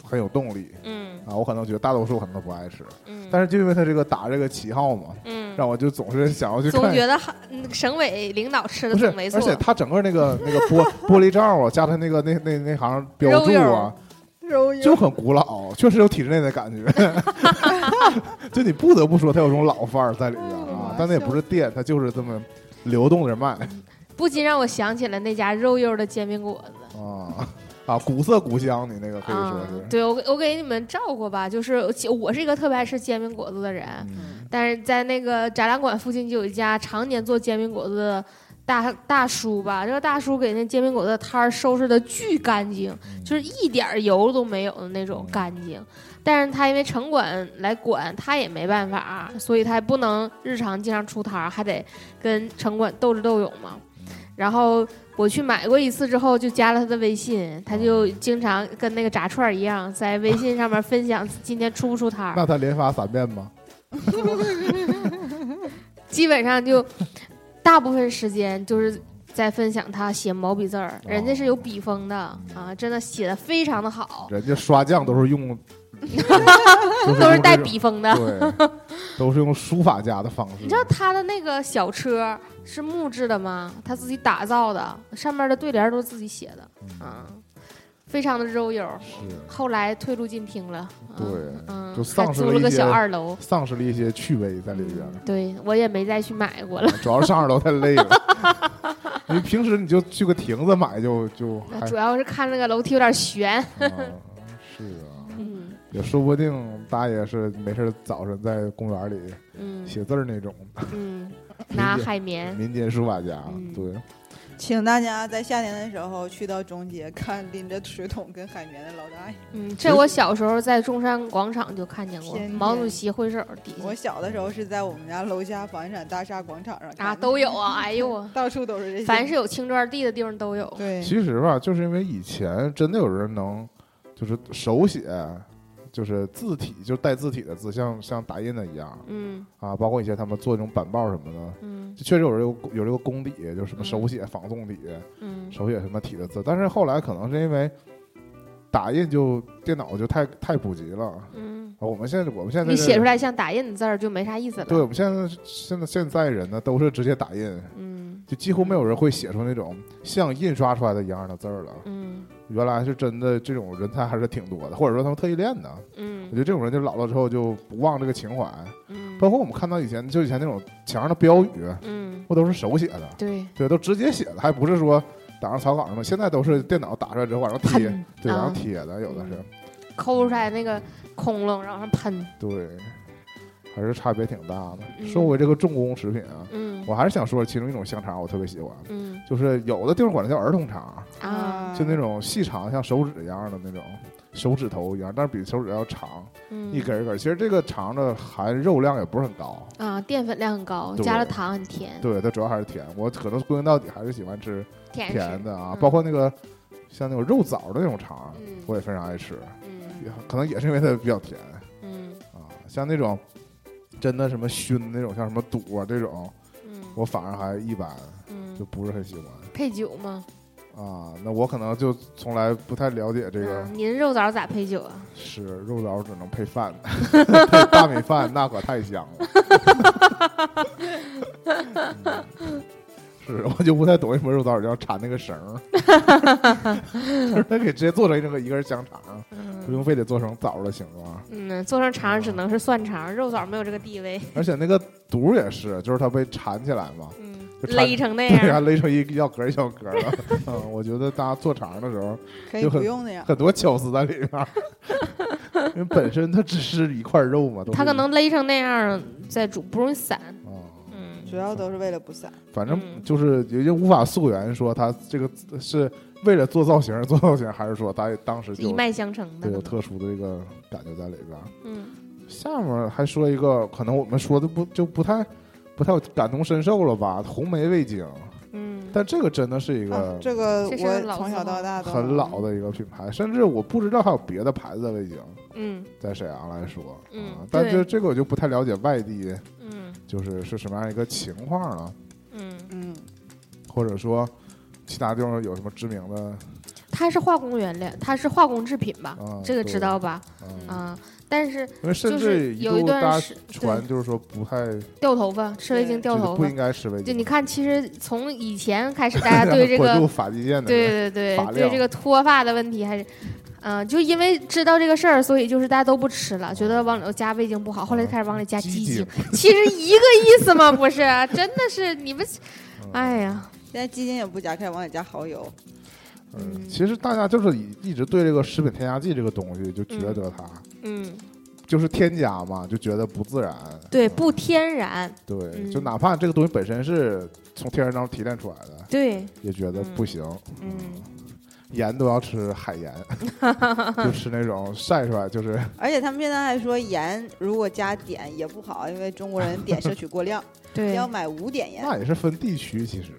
S1: 很有动力
S2: 嗯
S1: 啊。我可能觉得大多数可能都不爱吃，
S2: 嗯，
S1: 但是就因为它这个打这个旗号嘛，
S2: 嗯，
S1: 让我就总是想要去
S2: 总
S1: 看。
S2: 觉得哈嗯省委领导吃的
S1: 不是
S2: 总没，错
S1: 而，且它整个那个那个玻玻璃罩啊，加它那个那那那行标
S2: 肉
S1: 注
S2: 肉
S1: 啊，
S3: 揉一
S1: 就很古老，确实有体制内的感觉。 就你不得不说，它有种老范儿在里边儿啊
S3: 嗯，
S1: 但那也不是店，它就是这么流动着卖
S2: 不禁让我想起了那家肉肉的煎饼果子。
S1: 啊啊，古色古香，你那个可以
S2: 啊
S1: 说是，。
S2: 对我给我给你们照过吧，就是其我是一个特别爱吃煎饼果子的人，
S1: 嗯
S2: 但是在那个展览馆附近就有一家常年做煎饼果子的大大叔吧，这个大叔给那煎饼果子的摊儿收拾的巨干净，就是一点儿油都没有的那种干净。但是他因为城管来管，他也没办法，啊所以他也不能日常经常出摊儿，还得跟城管斗智斗勇嘛。然后我去买过一次之后，就加了他的微信，他就经常跟那个炸串儿一样，在微信上面分享今天出不出摊儿。
S1: 那他连发三遍吗？
S2: 基本上就大部分时间就是在分享他写毛笔字儿，人家是有笔锋的啊，真的写的非常的好，
S1: 人家刷酱都是 用，
S2: 都
S1: 都
S2: 是带，笔锋的。
S1: 对，都是用书法家的方式。
S2: 你知道他的那个小车是木质的吗？他自己打造的，上面的对联都是自己写的啊，非常的肉油。
S1: 嗯是
S2: 后来退路进厅了，啊
S1: 对
S2: 嗯，
S1: 就
S2: 还
S1: 丧失
S2: 租
S1: 了
S2: 了
S1: 一
S2: 个
S1: 些
S2: 小二楼，
S1: 丧失了一些趣味在里边儿。
S2: 对我也没再去买过了。
S1: 主要是上二楼太累 了。你平时你就去个亭子买就就还、
S2: 主要是看那个楼梯有 点悬，
S1: 嗯是啊，
S2: 嗯
S1: 也说不定大爷是没事儿早晨在公园里
S2: 嗯
S1: 写字儿那种
S2: 嗯，拿
S1: 理解
S2: 海绵。
S1: 民间书法家，
S2: 哎嗯
S1: 对，
S3: 请大家在夏天的时候去到中街看拎着水桶跟海绵的老大爷。
S2: 嗯，这我小时候在中山广场就看见过，
S3: 天
S2: 毛
S3: 天
S2: 主席挥手底
S3: 我小的时候是在我们家楼下房地产大厦广场上
S2: 下
S3: 看
S2: 啊
S3: 的
S2: 都有啊，哎呦我，
S3: 到处都是这些。
S2: 凡是有青砖地的地方都有。
S3: 对，
S1: 其实吧，就是因为以前真的有人能就是手写。就是字体，就是带字体的字，像像打印的一样
S2: 嗯
S1: 啊，包括以前他们做那种板报什么的，
S2: 嗯
S1: 就确实有人有有这个功底，就是什么
S2: 嗯
S1: 手写仿宋体，
S2: 嗯
S1: 手写什么体的字，但是后来可能是因为打印就电脑就太太普及了。啊
S2: 嗯，
S1: 我们现在我们现在
S2: 你写出
S1: 来，
S2: 来像打印的字儿就没啥意思了。
S1: 对我们现在现在现在人呢都是直接打印，
S2: 嗯
S1: 就几乎没有人会写出那种像印刷出来的一样的字儿了。
S2: 嗯
S1: 原来是真的这种人才还是挺多的，或者说他们特意练的。我觉
S2: 嗯
S1: 得这种人就老了之后就不忘这个情怀，
S2: 嗯
S1: 包括我们看到以前就以前那种墙上的标语，
S2: 嗯，
S1: 不都是手写的？
S2: 对，
S1: 对，都直接写的，还不是说打上草稿什么，现在都是电脑打出来之后往上贴，
S2: 喷
S1: 对，往上
S2: 啊
S1: 贴的，有的是，
S2: 抠出来那个窟窿，然后往上喷。
S1: 对，还是差别挺大的。
S2: 嗯
S1: 说回这个重工食品啊，
S2: 嗯
S1: 我还是想说其中一种香肠我特别喜欢，
S2: 嗯
S1: 就是有的地方管它叫儿童肠，
S2: 啊
S1: 就那种细长像手指一样的那种。手指头一样，但是比手指要长，
S2: 嗯
S1: 一根儿一根儿。其实这个肠的含肉量也不是很高，
S2: 啊，淀粉量很高，
S1: 对
S2: 加了糖很甜，
S1: 对，它主要还是甜。我可能归根到底还是喜欢吃
S2: 甜
S1: 甜
S2: 食。
S1: 的啊，
S2: 嗯
S1: 包括那个像那种肉枣的那种肠，
S2: 嗯
S1: 我也非常爱吃。也
S2: 嗯
S1: 可能也是因为它比较甜
S2: 嗯
S1: 啊。像那种真的什么熏的那种，像什么肚啊这种，
S2: 嗯
S1: 我反而还一般，就
S2: 嗯，
S1: 不是很喜欢
S2: 配酒吗？
S1: 啊。那我可能就从来不太了解这个
S2: 嗯，您肉枣咋配酒啊？
S1: 是肉枣只能配饭，配大米饭那可太香了。嗯是，我就不太懂为什么肉枣要缠那个绳儿，就是它给直接做成一个一根香肠，不用啊非得做成枣的形状。
S2: 嗯，做成肠只能是蒜肠，肉枣没有这个地位。
S1: 而且那个肚儿也是，就是它被缠起来嘛，
S2: 嗯，
S1: 就差
S2: 勒成那
S1: 对呀、
S2: 样。
S1: 勒成一小格儿一小格儿的。 嗯，我觉得大家做肠的时候，
S3: 可以
S1: 就很
S3: 不用那样。
S1: 很多巧思在里面儿，因为本身它只是一块肉嘛，都是
S2: 它可能勒成那样再煮，不容易散。
S1: 啊、
S2: 嗯
S3: 主要都是为了不散，
S1: 反正
S2: 嗯
S1: 就是人家无法溯源，说它这个是为了做造型而做造型，还是说它当时
S2: 一
S1: 就
S2: 脉相承
S1: 对有
S2: 的。
S1: 特殊的这个感觉在里边儿。
S2: 嗯
S1: 下面还说一个，可能我们说的不就不太不太感同身受了吧？红梅味精。
S2: 嗯，
S1: 但这个真的是一
S3: 啊
S1: 个
S3: 这个
S2: 这是老
S3: 我从
S2: 字
S3: 小
S2: 号
S3: 到大都
S1: 很老的一个品牌，甚至我不知道还有别的牌子的味精
S2: 嗯
S1: 在沈阳来说，
S2: 嗯
S1: 啊
S2: 对
S1: 但这这个我就不太了解外地
S2: 嗯
S1: 就是是什么样一个情况了，
S2: 嗯，
S3: 嗯，
S1: 或者说其他地方有什么知名的
S2: 它是化工原料，它是化工制品吧？
S1: 啊，
S2: 这个
S1: 对
S2: 知，道吧？
S1: 嗯
S2: 啊，但是
S1: 因为甚
S2: 就
S1: 至
S2: 是有一
S1: 度
S2: 段
S1: 大家
S2: 时
S1: 传就是说不太
S2: 掉头发，吃味精
S3: 对
S2: 掉
S1: 就是
S2: 头
S1: 不
S2: 发
S1: 应。该吃味
S2: 就
S1: 精，
S2: 你看，其实 从以前开始，大家对这
S1: 滚
S2: 个
S1: 入发际线的
S2: 对
S1: 人，
S2: 对对
S1: 发
S2: 对，
S1: 量
S2: 这个脱发的问题还是嗯、就因为知道这个事儿，所以就是大家都不吃了，觉得往里头加味精不好，后来开始往里加
S1: 鸡
S2: 鸡精
S1: 精，
S2: 其实一个意思嘛，不是？真的是你们，哎呀，
S3: 现在鸡精也不加，开始往里加蚝油。
S1: 嗯，其实大家就是以一直对这个食品添加剂这个东西就觉得它
S2: 嗯，
S1: 就是添加嘛，就觉得不自然。
S2: 对，
S1: 嗯
S2: 不天然，
S1: 对，
S2: 嗯
S1: 就哪怕这个东西本身是从天然当中提炼出来的，
S2: 对，
S1: 也觉得不行。
S2: 嗯，
S1: 盐都要吃海 盐，就吃那种晒出来就是
S3: 而且他们现在还说盐如果加碘也不好，因为中国人碘摄取过量，
S2: 对
S3: 要。买无碘盐。
S1: 那也是分地区，其实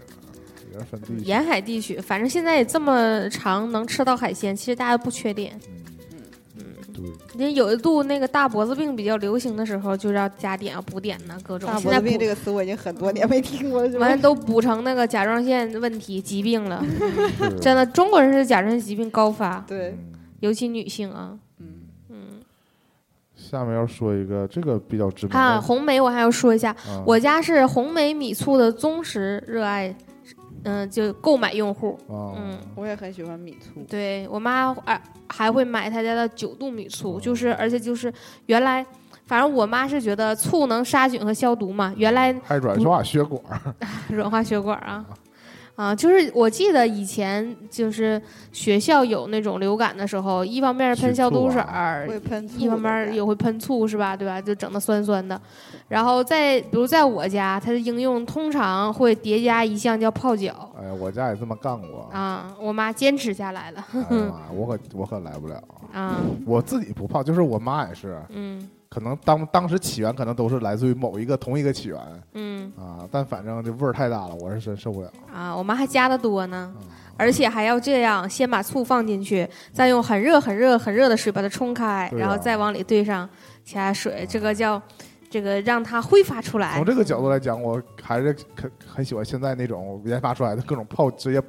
S1: 也是分地区。
S2: 沿海地区，反正现在也这么长，能吃到海鲜，其实大家不缺点。
S1: 嗯，
S2: 嗯，
S1: 对，
S2: 人有一度那个大脖子病比较流行的时候，就要加碘啊、补碘呐、各种。
S3: 大
S2: 现
S3: 脖
S2: 在
S3: 子
S2: 补
S3: 病这个词我已经很多年没听过了，是吧
S2: 完了？都补成那个甲状腺问题疾病了，
S1: 是
S2: 真的，中国人是甲状腺疾病高发，
S3: 对，
S1: 嗯
S2: 尤其女性啊。
S3: 嗯，
S2: 嗯，
S1: 下面要说一个这个比较知名的
S2: 啊，红梅我还要说一下，
S1: 啊
S2: 我家是红梅米醋的忠实热爱，嗯、就购买用户。
S1: 啊
S2: 嗯
S3: 我也很喜欢米醋。
S2: 对我妈啊还会买她家的九度米醋，就是而且就是原来，反正我妈是觉得醋能杀菌和消毒嘛，原来
S1: 还软化血管儿，
S2: 软化血管啊。啊，就是我记得以前就是学校有那种流感的时候，一方面是喷消毒水儿，
S3: 会喷醋，
S2: 一方面儿也会喷醋，是吧？对吧？就整的酸酸的。然后在比如在我家，它的应用通常会叠加一项叫泡脚
S1: 哎，我家也这么干过。
S2: 啊，我妈坚持下来了
S1: 哎呀妈呀，我可我可来不了，
S2: 啊，
S1: 我自己不泡，就是我妈也是，
S2: 嗯
S1: 可能当当时起源可能都是来自于某一个同一个起源
S2: 嗯
S1: 啊，但反正这味儿太大了，我是真受不了。
S2: 啊，我妈还加的多呢。
S1: 啊
S2: 而且还要这样，先把醋放进去，再用很热、很热、很热的水把它冲开，
S1: 对啊
S2: 然后再往里兑上其他水，这个叫这个让它挥发出来
S1: 从。这个角度来讲，我还是很很喜欢现在那种研发出来的各种泡直接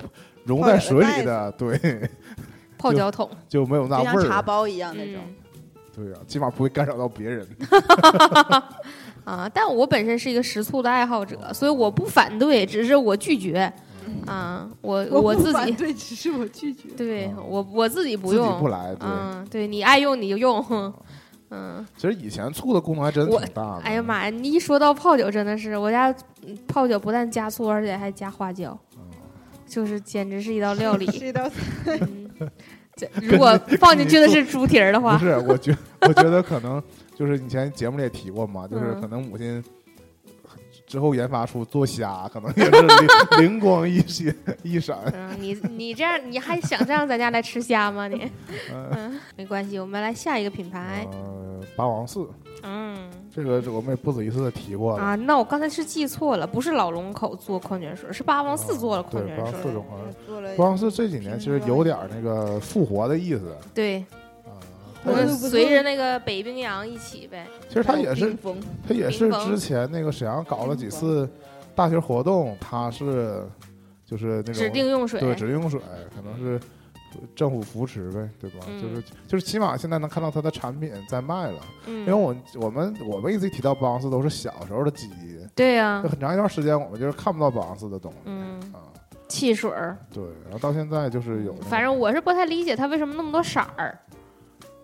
S1: 融在水里的，对，
S2: 泡脚桶，
S1: 就没有那
S3: 就像
S1: 味
S3: 茶
S1: 儿，
S3: 包一样那种。
S2: 嗯
S1: 对啊，起码不会干扰到别人。
S2: 啊，但我本身是一个食醋的爱好
S1: 嗯
S2: 者，所以我不反对，只是我拒绝啊，我我 自己
S3: 对，只是我拒绝。
S2: 对
S1: 嗯
S2: 我我自己不
S1: 自己
S2: 用，
S1: 不来，对。啊
S2: 嗯，对你爱用你 就用，嗯。
S1: 其实以前醋的功能还真挺
S2: 我
S1: 大的。
S2: 哎呀妈呀！你一说到泡脚，真的是我家嗯泡脚不但加醋，而且还加花椒，
S1: 嗯
S2: 就是简直是一道料 理。
S3: 是一道
S2: 嗯这如果放进去的是猪蹄儿的
S1: 不
S2: 话，
S1: 是，我觉我觉得可能就是以前节目里也提过嘛，就是
S2: 嗯
S1: 可能母亲之后研发出做虾，可能也是灵灵 光一现一闪。
S2: 嗯，你你这样你还想让咱家来吃虾 吗？你，嗯，没关系，我们来下一个品牌。
S1: 呃，八王寺
S2: 嗯
S1: 这个是我们也不止一次的提过了。
S2: 啊，那我刚才是记错了，不是老龙口做矿泉水，是八王寺做了矿泉
S1: 啊对八王
S2: 水
S1: 寺。种啊
S3: 做了，
S1: 光是这几年其实有点儿那个复活的意思
S2: 对，
S1: 啊。它
S2: 我
S3: 对
S1: 也
S2: 们
S3: 对对
S2: 随着那个北冰洋一起呗。
S1: 其实它也是
S3: 冰封
S1: 它也是之前那个沈阳搞了几次大学活动，它是就是那种
S2: 指定用水，
S1: 对指定用水，可能是政府扶持呗，对吧？
S2: 嗯
S1: 就是就是起码现在能看到它的产品在卖了，因为
S2: 嗯，
S1: 我我们我们一直提到保昂斯都是小时候的记忆，
S2: 对呀
S1: 就，很长一段时间我们就是看不到保昂斯的东西
S2: 嗯。
S1: 啊。
S2: 汽水儿，
S1: 对，然后到现在就是有那个，
S2: 嗯反正我是不太理解它为什么那么多色儿，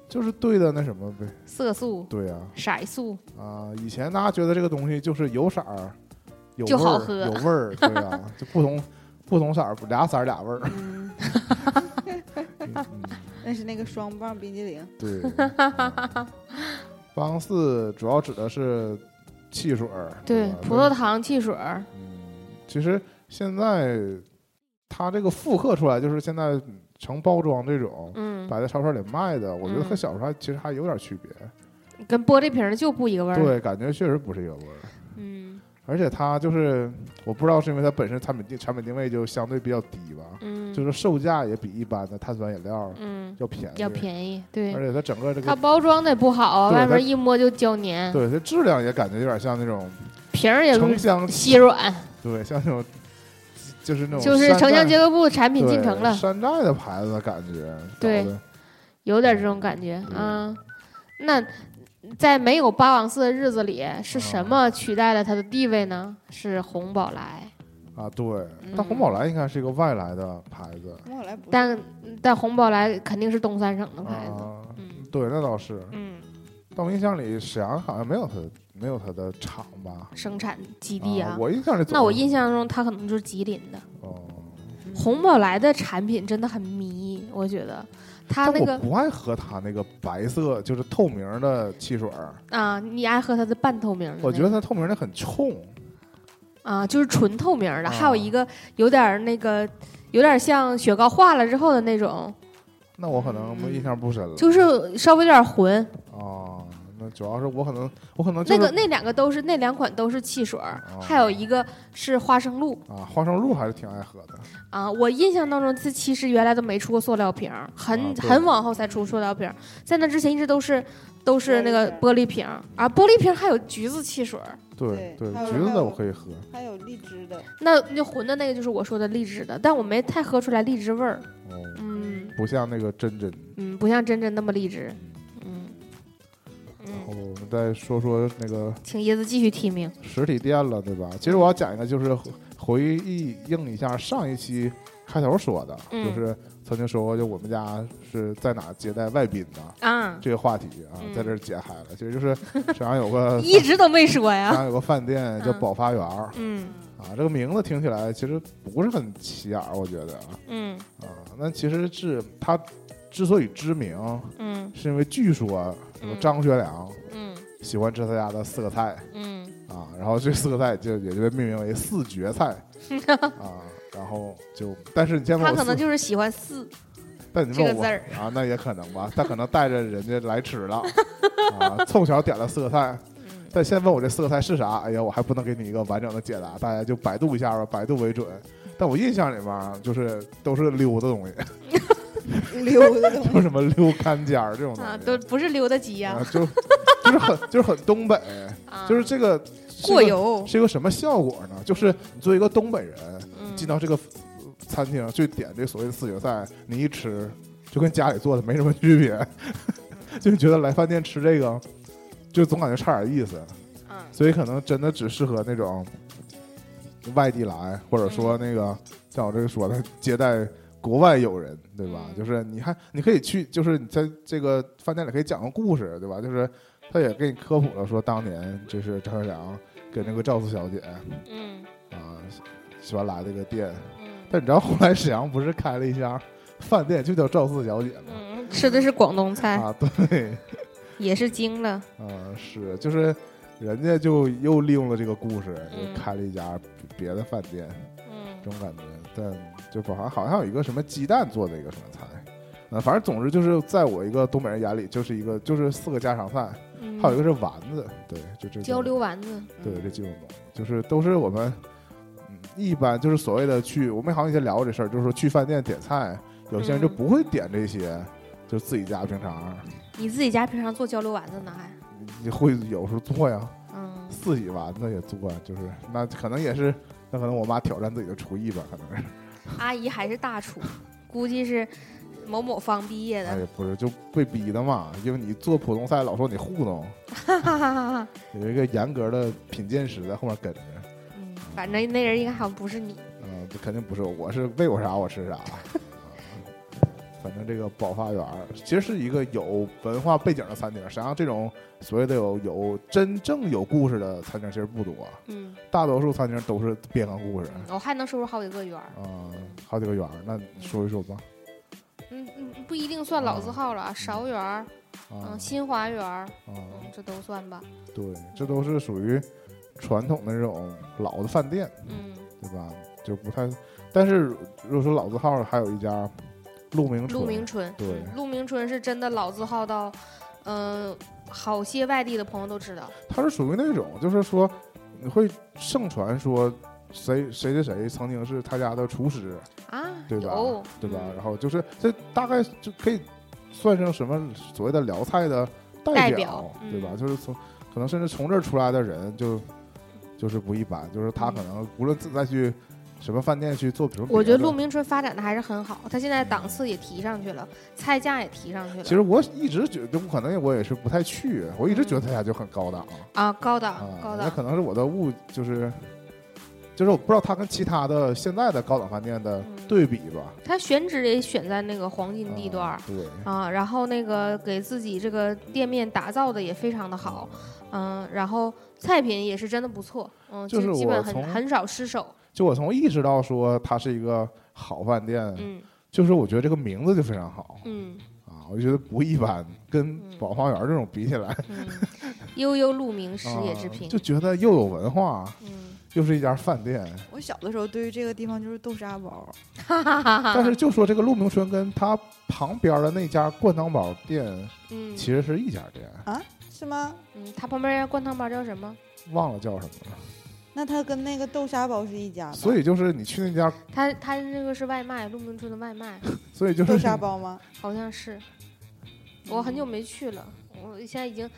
S1: 就是对的那什么呗，
S2: 色素、
S1: 对呀、
S2: 色素，
S1: 啊，以前大家觉得这个东西就是有色儿，有味
S2: 就好
S1: 儿，
S2: 喝
S1: 有味儿，对 啊，就不同不同色儿，俩色儿俩味儿， 嗯嗯
S3: 那是那个双棒冰激凌，
S1: 对。嗯八王寺主要指的是汽水儿，
S2: 对
S1: 吧，
S2: 葡萄。糖汽水儿，
S1: 但嗯，其实现在它这个复刻出来，就是现在成包装这种。
S2: 嗯，
S1: 摆在超市里卖的，我觉得
S2: 嗯
S1: 和小时候还其实还有点区别，
S2: 跟玻璃瓶儿就不一个味儿。，
S1: 对，感觉确实不是一个味儿。
S2: 嗯
S1: 而且它就是，我不知道是因为它本身产品定产品定位就相对比较低吧，
S2: 嗯，
S1: 就是售价也比一般的碳酸饮料
S2: 嗯
S1: 要便宜，
S2: 要便宜，对
S1: 而，且它整个这
S2: 它
S1: 个，
S2: 包装的也不好啊，
S1: 对
S2: 外
S1: 它
S2: 面一摸就胶粘，
S1: 对它质量也感觉有点像那种
S2: 瓶儿也
S1: 城乡，
S2: 稀软，
S1: 对，像那种就是那种
S2: 就是
S1: 山寨
S2: 城乡结合部产品
S1: 对
S2: 进城了，
S1: 山寨的牌子的感觉，
S2: 对
S1: 搞得
S2: 有点这种感觉
S1: 嗯
S2: 啊。那在没有
S1: 啊
S2: 八王寺的日子里，是什么取代了它的地位呢？是红宝来。
S1: 啊，对，
S3: 嗯
S1: 但红宝来应该是一个外来的牌子
S3: 我后来不是
S2: 但但红宝来肯定是东三省的牌子。
S1: 啊，
S2: 嗯
S1: 对，那倒是。
S2: 嗯，
S1: 但我印象里，沈阳好像没有它，没有它的厂吧？
S2: 生产基地
S1: 啊，我印象里总，
S2: 那我印象中它可能就是吉林的。
S1: 哦，
S3: 嗯
S2: 红宝来的产品真的很迷，我觉得它
S1: 但
S2: 那
S1: 我
S2: 个
S1: 不爱喝它那个白色，就是透明的汽水儿，
S2: 啊，你爱喝它的半透明的那个，
S1: 我觉得它透明的很冲，
S2: 啊，就是纯透明的，
S1: 啊
S2: 还有一个有点儿那个，有点儿像雪糕化了之后的那种，
S1: 那我可能
S2: 嗯
S1: 印象不深了。
S2: 就是稍微有点儿浑。
S1: 哦，那主要是我可能，我可能呃就
S2: 那
S1: 是
S2: 个那两个都是那两款都是汽水儿，
S1: 哦
S2: 还有一个是花生露
S1: 啊，花生露还是挺爱喝的。
S2: 啊。我印象当中，这其实原来都没出过塑料瓶儿，很、
S1: 啊对
S2: 很往后才出塑料瓶儿，在那之前一直都是都是那个
S3: 玻
S2: 玻璃瓶儿啊，玻璃瓶儿还有橘子汽水儿，
S1: 对
S3: 对
S1: 对，
S3: 还有
S1: 橘子
S3: 还
S1: 的
S3: 有
S1: 我可以喝。
S3: 还有荔枝的，
S2: 那那混的那个就是我说的荔枝的，但我没太喝出来荔枝味儿，
S1: 哦，
S2: 嗯
S1: 不像那个真真。
S2: 嗯，不像真真那么荔枝，嗯
S1: 然后
S2: 嗯，
S1: 哦我们再说说那个
S2: 请椰子继续提名。
S1: 实体店了，对吧？其实我要讲一个，就是回忆应一下上一期开头说的，
S2: 嗯
S1: 就是曾经说过，就我们家是在哪接待外宾的
S2: 啊，
S1: 这个话题啊，
S2: 嗯
S1: 在这儿解开了。其实就是沈阳有个
S2: 一直都没说
S1: 沈
S2: 呀。
S1: 阳有个饭店叫
S2: 嗯
S1: 宝发园儿
S2: 嗯
S1: 啊，这个名字听起来其实不是很起眼儿，我觉得啊
S2: 嗯
S1: 啊，那其实是它之所以知名，
S2: 嗯
S1: 是因为据说什么
S2: 嗯
S1: 张学良
S2: 嗯
S1: 喜欢吃他家的四个菜。
S2: 嗯
S1: 啊， 然后这四个菜就也就被命名为四绝 菜啊，然后就但是你先问
S2: 他
S1: 我
S2: 可能
S1: 四，
S2: 就是喜欢四，
S1: 但你
S2: 这
S1: 问
S2: 个
S1: 我
S2: 字儿
S1: 啊，那也可能吧，他可能带着人家来吃了啊，凑巧点了四个菜，
S2: 嗯
S1: 但先问我这四个菜是啥，哎呀，我还不能给你一个完整的解答，大家就百度一下吧，百度为准。但我印象里面啊就是都是溜的东西，
S3: 溜的东西
S1: 就什么溜肝尖儿这种东
S2: 啊，
S1: 西，
S2: 都不是溜达鸡呀
S1: 啊，就就是很就是很东北，
S2: 啊，
S1: 就是这个
S2: 过
S1: 这个
S2: 油。
S1: 是一个什么效果呢？就是你作为一个东北人，
S2: 嗯
S1: 进到这个呃餐厅去点这所谓的四绝菜，你一吃就跟家里做的没什么区别， 就觉得来饭店吃这个，就总感觉差点意思。
S2: 嗯
S1: 所以可能真的只适合那种外地来，或者说那个像我这个说的接待国外友人，对吧？
S2: 嗯
S1: 就是你还你可以去，就是你在这个饭店里可以讲个故事，对吧？就是他也给你科普了，说当年就是张学良给那个赵四小姐
S2: 嗯
S1: 啊喜欢来这个店，
S2: 嗯
S1: 但你知道后来沈阳不是开了一家饭店就叫赵四小姐吗？
S2: 嗯，吃的是广东菜，
S1: 啊，对，
S2: 也是惊了。
S1: 嗯，是，就是人家就又利用了这个故事，
S2: 嗯
S1: 又开了一家别的饭店，这
S2: 嗯
S1: 种感觉。但就好像好像有一个什么鸡蛋做的一个什么菜，呃，反正总之就是在我一个东北人眼里，就是一个就是四个家常饭，
S2: 嗯，
S1: 还有一个是丸子，对，就这种
S2: 焦，溜丸子。
S1: 对，这几种东西，就是都是我们。嗯，一般就是所谓的去，我们好像以前聊过这事儿，就是说去饭店点菜，有些人就
S2: 嗯
S1: 不会点这些，就自己家平常，
S2: 你自己家平常做焦溜丸子呢还？
S1: 你你会有时候做呀，
S2: 嗯
S1: 四喜丸子也做，就是那可能也是，那可能我妈挑战自己的厨艺吧，可能是，
S2: 阿姨还是大 厨，估计是某某方毕业
S1: 哎
S2: 的。
S1: 也不是就被逼的嘛，因为你做普通菜老说你糊弄，
S2: 哈哈哈哈哈。
S1: 有一个严格的品鉴师在后面跟着，
S2: 嗯，反正那人应该好像不是你。
S1: 嗯、这肯定不是我，我是喂我啥我吃啥，啊反正这个宝发园儿其实是一个有文化背景的餐厅，实际上这种所谓的有有真正有故事的餐厅其实不多，
S2: 嗯，
S1: 大多数餐厅都是编个故事，
S2: 我还能说出好几个圆儿。
S1: 啊、好几个园儿，那你说一说吧，
S2: 嗯嗯，不一定算老字号了啊，芍园儿，
S1: 啊
S2: 嗯，新华园儿，
S1: 啊。
S2: 嗯，这都算吧。
S1: 对，这都是属于传统的那种老的饭店，
S2: 嗯，
S1: 对吧？就不太。但是如果说老字号，还有一家鹿鸣春，
S2: 鹿鸣春，
S1: 对
S2: 嗯鹿鸣春是真的老字号到，嗯，好些外地的朋友都知道。
S1: 它是属于那种，就是说你会盛传说谁谁谁谁曾经是他家的厨师，
S2: 啊，
S1: 对吧
S2: 有，
S1: 对吧？
S2: 嗯
S1: 然后就是这大概就可以算上什么所谓的辽菜的代
S2: 代
S1: 表
S2: 表，
S1: 对吧？
S2: 嗯
S1: 就是从可能甚至从这儿出来的人就就是不一般，就是他可能无论自再去什么饭店去做，比如
S2: 嗯我觉得
S1: 别的
S2: 鹿鸣春发展的还是很好，它现在档次也提上去了，菜价也提上去了。
S1: 嗯其实我一直觉得，可能我也是不太去，我一直觉得他家就很高档
S2: 嗯啊，高档
S1: 啊，
S2: 高
S1: 那
S2: 档，
S1: 可能是我的误，就是就是我不知道它跟其他的现在的高档饭店的
S2: 嗯
S1: 对比吧。
S2: 它选址也选在那个黄金地段儿
S1: 嗯对，
S2: 啊，然后那个给自己这个店面打造的也非常的好，嗯，然后菜品也是真的不错，嗯，
S1: 啊就是
S2: 基
S1: 我
S2: 本很
S1: 从
S2: 很少失手，
S1: 就我从意识到说它是一个好饭店，
S2: 嗯
S1: 就是我觉得这个名字就非常好
S2: 嗯
S1: 啊，我就觉得不一般，跟
S2: 嗯
S1: 宝芳园这种比起来，
S2: 嗯，悠悠鹿鸣，食嗯野之
S1: 啊
S2: 苹，
S1: 就觉得又有文化，
S2: 嗯，
S1: 又是一家饭店。
S3: 我小的时候对于这个地方就是豆沙包，
S2: 哈哈哈哈，
S1: 但是就说这个鹿鸣春跟它旁边的那家灌汤包店
S2: 嗯
S1: 其实是一家店，
S3: 是吗？
S2: 嗯，它旁边儿灌汤包叫什么？
S1: 忘了叫什么了。
S3: 那它跟那个豆沙包是一家吧？
S1: 所以就是你去那家，
S2: 它它那个是外卖，鹿鸣春的外卖，
S1: 所以就是
S3: 豆沙包吗？
S2: 好像是，我很久没去了，我现在已经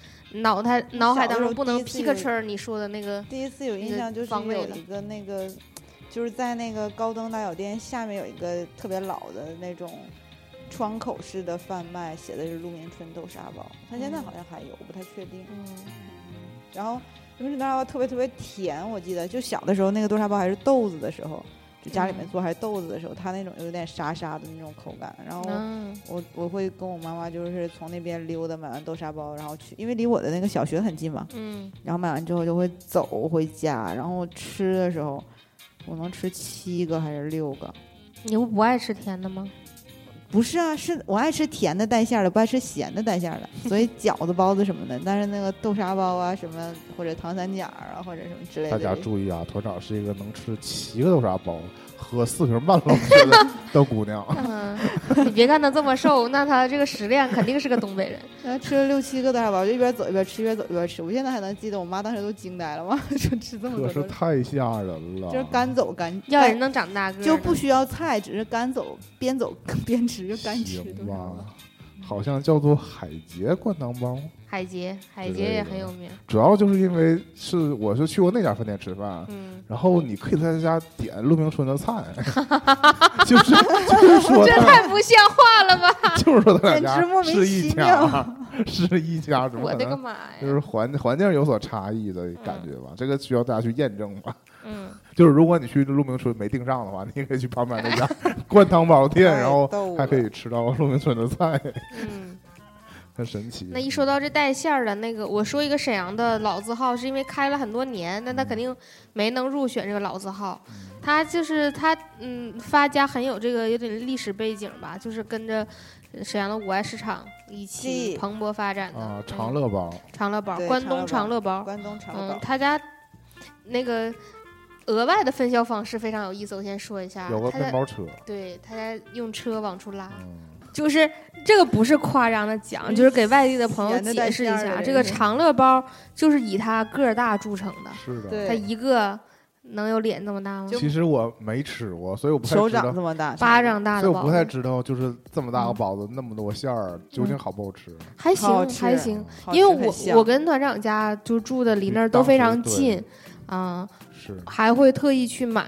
S2: 脑袋脑海当中不能
S3: 嗯小时候第一次
S2: pick
S3: 有
S2: a 儿你说的那个，
S3: 第一次有印象就是
S2: 方位
S3: 有
S2: 了
S3: 一个那个，就是在那个高登大酒店下面有一个特别老的那种窗口式的贩卖，写的是鹿鸣春豆沙包，它现在好像还有，我不太确定。
S2: 嗯
S3: 然后鹿鸣春豆沙包特别特别甜，我记得就小的时候那个豆沙包还是豆子的时候，就家里面
S2: 嗯
S3: 做还是豆子的时候，它那种有点沙沙的那种口感，然后。
S2: 嗯
S3: 我我会跟我妈妈就是从那边溜达，买完豆沙包，然后去，因为离我的那个小学很近嘛，
S2: 嗯
S3: 然后买完之后就会走回家，然后吃的时候，我能吃七个还是六个？
S2: 你不不爱吃甜的吗？
S3: 不是啊，是我爱吃甜的带馅儿的，不爱吃咸的带馅儿的，所以饺子、包子什么的。但是那个豆沙包啊，什么或者糖三角啊，或者什么之类
S1: 大
S3: 的，
S1: 家
S3: 这
S1: 注意啊，团长是一个能吃七个豆沙包、喝四瓶半 老酒的的姑 娘。
S2: 嗯，你别看他这么瘦，那他这个食量肯定是个东北 人。
S3: 然后吃了六七个豆沙包，就一边走一边吃，一边走一边吃。我现在还能记得，我妈当时都惊呆了，哇， 就吃
S2: 嗯
S3: 这么
S1: 可
S3: 多
S1: 是
S3: 东西，
S1: 太吓人了，
S3: 就是干走干
S2: 要
S3: 干
S2: 人能长大个儿呢，
S3: 哎就不需要菜，只是干走边走 边吃就干吃
S1: 行
S3: 豆沙 包。
S1: 吧？
S2: 嗯
S1: 好像叫做海杰灌汤包，
S2: 海杰，海
S1: 之
S2: 杰
S1: 类
S2: 也
S1: 的
S2: 很有名。嗯
S1: 主要就是因为是我是去过那家饭店吃饭，
S2: 嗯，
S1: 然后你可以在他家点陆明春的菜， 就是就是说
S2: 这
S1: 他
S2: 太不像话了吧！
S1: 就是说他俩
S3: 简直
S1: 家
S3: 莫名
S1: 是一
S3: 其
S1: 家， 是一家，怎么
S2: 我
S1: 可
S2: 的个
S1: 能？
S2: 妈
S1: 就
S2: 呀！
S1: 是环环境有所差异的感觉吧，这个需要大家去验证吧。
S2: 嗯，
S1: 就是如果你去鹿鸣春没订上的话，你也可以去旁边 那家灌汤包店，然后还可以吃到鹿鸣春的菜，
S2: 嗯，
S1: 很神奇。
S2: 那一说到这带馅儿的那个，我说一个沈阳的老字号，是因为开了很多年，那
S1: 嗯
S2: 他肯定没能入选这个老字号。他就是他，嗯，发家很有这个有点历史背景吧，就是跟着沈阳的五爱市场一起
S3: 是
S2: 蓬勃发展的。
S1: 啊，
S2: 嗯
S1: 长乐包，
S2: 长乐包，
S3: 对
S2: 关
S3: 长
S2: 东
S3: 乐
S2: 长
S3: 包
S2: 乐包，
S3: 关东长
S2: 嗯
S3: 岛，，
S2: 他家那个额外的分销方式非常有意思，我先说一
S3: 啊
S2: 下，
S1: 有个
S2: 他
S1: 面
S2: 家
S1: 包车，
S2: 对他家用车往出拉，
S1: 嗯，
S2: 就是这个不是夸张的讲，就是给外地的朋友
S3: 闲的嗯带
S2: 解释一
S3: 馅儿的
S2: 下，
S3: 这
S2: 这个
S3: 个
S2: 长乐包就是以它个儿大著称的，
S1: 是的。
S3: 啊对
S2: 它一个能有脸这么大吗？
S1: 其实我没吃过，所以我不太
S3: 手
S1: 知道
S3: 掌这么大，嗯
S2: 巴掌大
S1: 所
S2: 的
S1: 以我
S2: 包
S1: 不太
S2: 子，
S1: 知道，就是这么大个包子，那么多馅儿，究竟好不好吃？嗯
S2: 还
S3: 好
S2: 行还
S3: 吃
S2: 行，
S3: 好吃
S2: 因为
S3: 很
S2: 我
S3: 香
S2: 我跟团长家就住的离那儿
S1: 当
S2: 都
S1: 时
S2: 非常
S1: 对
S2: 近，啊、
S1: 是
S2: 还会特意去买，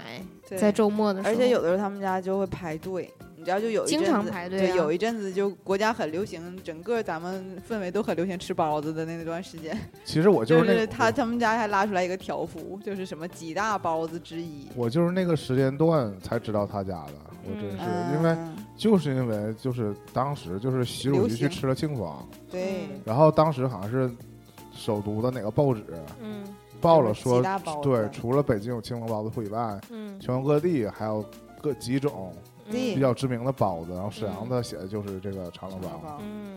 S3: 对
S2: 在周末的时候，
S3: 而且有的时候他们家就会排队，你知道就有一
S2: 经
S3: 阵
S2: 常
S3: 子
S2: 排队
S3: 对，
S2: 啊
S3: 有一阵子就国家很流行，整个咱们氛围都很流行吃包子的那段时间，
S1: 其实我
S3: 就
S1: 就是那
S3: 是他
S1: 个，
S3: 他们家还拉出来一个条幅，就是什么几大包子之一。
S1: 我就是那个时间段才知道他家的，我真
S2: 嗯
S1: 是因为
S3: 嗯
S1: 就是因为就是当时就是习主
S3: 流
S1: 席去
S3: 行
S1: 吃了庆丰，
S3: 对
S2: 嗯
S1: 然后当时好像是首都的哪个报纸
S2: 嗯
S1: 报了
S3: 就是
S1: 说
S3: 几大包，子
S1: 对，除了北京有庆丰包子铺以外，
S2: 嗯
S1: 全国各地还有各几种
S3: 对
S1: 比
S2: 嗯
S1: 较知名的包子，然后沈阳
S2: 嗯
S1: 的写的就是这个长乐包啊，
S2: 嗯，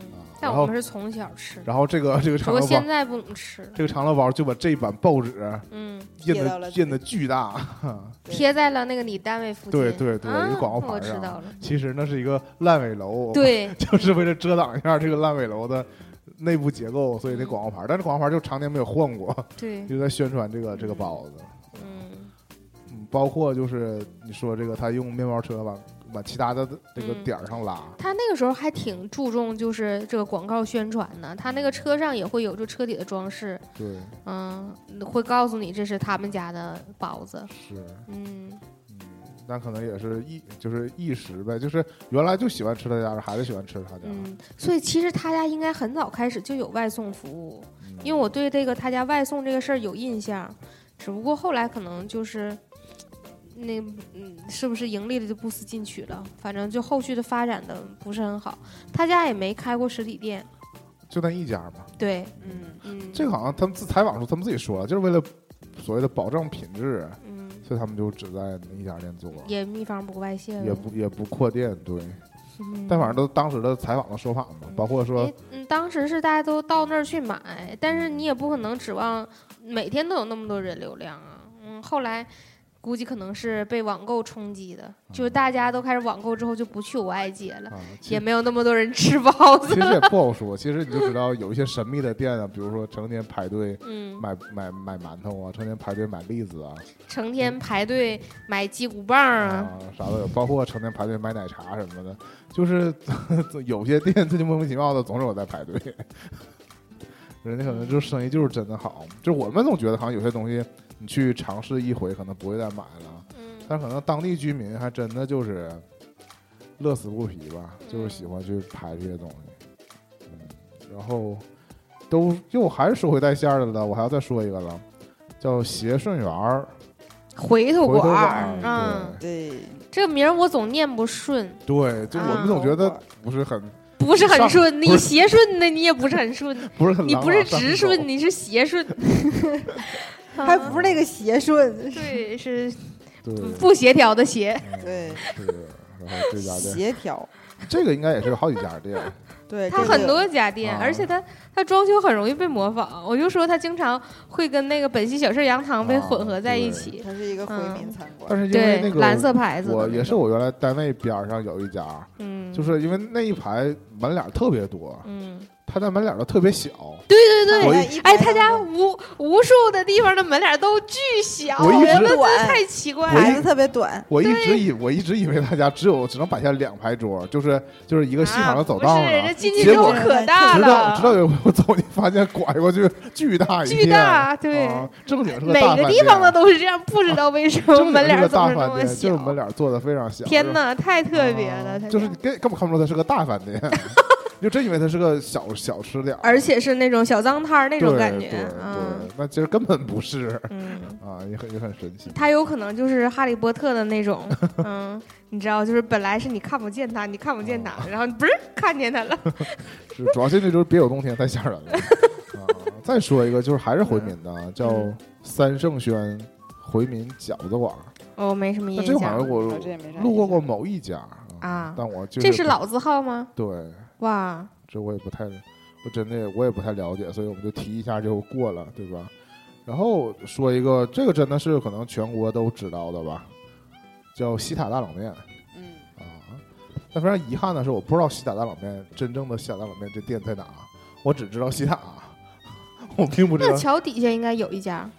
S1: 然
S2: 但我
S1: 后
S2: 们是从小吃，
S1: 然后这个这个
S2: 不
S1: 长
S2: 过
S1: 乐包
S2: 现。在不怎么吃了，
S1: 这个长乐包就把这版报纸
S2: 嗯，
S1: 印
S3: 贴到
S1: 的
S3: 了
S1: 印的巨大，
S3: 对
S2: 贴在了那个你单位附近，
S1: 对对对
S2: 啊
S1: 一个广告牌
S2: 我知
S1: 上
S2: 道了，
S1: 其实那是一个烂尾楼，，
S2: 对，
S1: 就是为了遮挡一下这个烂尾楼的内部结构，所以那
S2: 嗯
S1: 广告牌，但是广告牌就常年没有换过，
S2: 对，
S1: 就在宣传这个这个包子，
S2: 嗯
S1: 嗯，包括就是你说这个他用面包车往往其他的这个
S2: 嗯
S1: 点儿上拉，
S2: 他那个时候还挺注重就是这个广告宣传呢，他那个车上也会有就车底的装饰，
S1: 对，
S2: 嗯，会告诉你这是他们家的包子，
S1: 是，
S2: 嗯，
S1: 嗯，但可能也是一就是一时呗，就是原来就喜欢吃他家的，还是喜欢吃他家，
S2: 嗯，所以其实他家应该很早开始就有外送服务，
S1: 嗯
S2: 因为我对这个他家外送这个事儿有印象，只不过后来可能就是那嗯，是不是盈利了就不思进取了？反正就后续的发展的不是很好。他家也没开过实体店，
S1: 就那一家嘛。
S2: 对，
S3: 嗯，
S2: 嗯，
S1: 这个好像他们自采访的时候他们自己说了，就是为了所谓的保障品质，
S2: 嗯
S1: 所以他们就只在那一家店做，
S2: 也秘方不外泄了，
S1: 也不也不扩店。对，
S2: 嗯，
S1: 但反正都当时的采访的说法嘛，包括说
S2: 诶嗯，当时是大家都到那儿去买，但是你也不可能指望每天都有那么多人流量啊。嗯，后来估计可能是被网购冲击的，就是大家都开始网购之后就不去我爱街了，
S1: 啊，嗯其
S2: 也没有那么多人吃包
S1: 其
S2: 子。
S1: 实也不好说。其实你就知道有一些神秘的店啊，比如说成天排队
S2: 嗯，
S1: 买买买馒头啊，成天排队买栗子啊，
S2: 成天排队买鸡骨棒啊，
S1: 啊啥都有，包括成天排队买奶茶什么的，就是 有些店它就莫名其妙的总是有在排队，人家可能就是生意就是真的好，就我们总觉得好像有些东西你去尝试一回可能不会再买了，
S2: 嗯，
S1: 但可能当地居民还真的就是乐此不疲吧，就是喜欢去排这些东西，嗯，然后都又还是说回带馅儿的了，我还要再说一个了，叫协顺园儿
S2: 回头
S1: 回头
S2: 馆
S1: 馆
S2: 儿
S1: 儿，，
S2: 嗯，
S3: 对，
S2: 这个名儿我总念不顺，
S1: 对对，就我们
S2: 啊
S1: 总觉得不是很。
S2: 不是很
S1: 上
S2: 顺，你
S1: 不是
S2: 斜顺的你也不是很顺，
S1: 不是很
S2: 你
S1: 朗
S2: 不是
S1: 朗上
S2: 直
S1: 口
S2: 顺，你是斜 顺，嗯
S3: 还不是那个邪顺，
S2: 对，是
S1: 对
S2: 不协调的协。
S1: 嗯
S3: 对
S1: 是的然后这家店，
S3: 协调，
S1: 这个应该也是有好几家店，
S3: 对，
S2: 它
S3: 这个
S2: 很多家店，
S1: 啊
S2: 而且它它装修很容易被模仿。我就说它经常会跟那个本溪小吃羊汤被
S1: 啊
S2: 混合在
S1: 对
S2: 一起。
S3: 它是一个回民
S2: 嗯
S3: 餐馆
S1: 但，是因为
S2: 对，
S1: 那个
S2: 蓝色牌子的
S1: 我
S2: 那
S1: 也是
S2: 种，
S1: 我原来单位边儿上有一家，
S2: 嗯，
S1: 就是因为那一排门脸儿特别多，
S2: 嗯，
S1: 他家门脸儿都特别小，
S2: 对对对，
S1: 我
S3: 一
S2: 哎，他家无无数的地方的门脸都巨小，
S1: 我一
S2: 觉
S1: 直
S2: 得这
S3: 短
S2: 太奇怪
S1: 我一
S2: 了。
S3: 牌子特别短，
S1: 我一直以我一直以为他家只有只能摆下两排桌，就是就是一个细长的走道
S2: 啊、不
S1: 上
S2: 是，人家，进去
S1: 结
S2: 之后
S1: 果
S2: 可大
S1: 直到
S2: 了，
S1: 直到有一回我走进发现拐过去巨大一
S2: 巨
S1: 片
S2: 大对
S1: 啊正经是个
S2: 每
S1: 大
S2: 个
S1: 饭
S2: 地方
S1: 店啊
S2: 的都是这样，不知道为什 么
S1: 正
S2: 门
S1: 经是
S2: 脸
S1: 个
S2: 总
S1: 大
S2: 是那
S1: 饭
S2: 么
S1: 店，就是门
S2: 小。
S1: 脸儿做的非常小。
S2: 天
S1: 是
S2: 哪，太特别
S1: 啊
S2: 了！他
S1: 就是
S2: 家
S1: 你根根本看不出它是个大饭 店，你就真以为它是个小小吃点儿，
S2: 而且是那种小脏摊儿那
S1: 那
S2: 种感觉
S1: 对对
S2: 嗯
S1: 对，那其实根本不是
S2: 嗯，
S1: 啊，也很也很神奇。
S2: 他有可能就是哈利波特的那种， 嗯，你知道，就是本来是你看不见他，你看不见
S1: 啊
S2: 他，然后你不是看见他了，
S1: 是主要现在就是别有洞天太吓人了啊！再说一个，就是还是回民的，啊叫
S2: 嗯
S1: 三圣轩回民饺子馆儿，
S2: 我哦没什么
S1: 那
S2: 印
S1: 这好像
S2: 象。
S1: 我
S3: 我哦这也没啥
S1: 路过
S3: 印象
S1: 过某一家
S2: 啊
S1: 但我就
S2: 这是老字号吗？
S1: 对，
S2: 哇，
S1: 这我也不太，我真的我也不太了解，所以我们就提一下就过了，对吧？然后说一个，这个真的是可能全国都知道的吧，叫西塔大冷面
S3: 嗯，
S1: 啊。但非常遗憾的是，我不知道西塔大冷面真正的西塔大冷面这店在哪，我只知道西塔，啊 我并不知
S2: 那
S1: 道。
S2: 桥底下应该有一家，
S1: 啊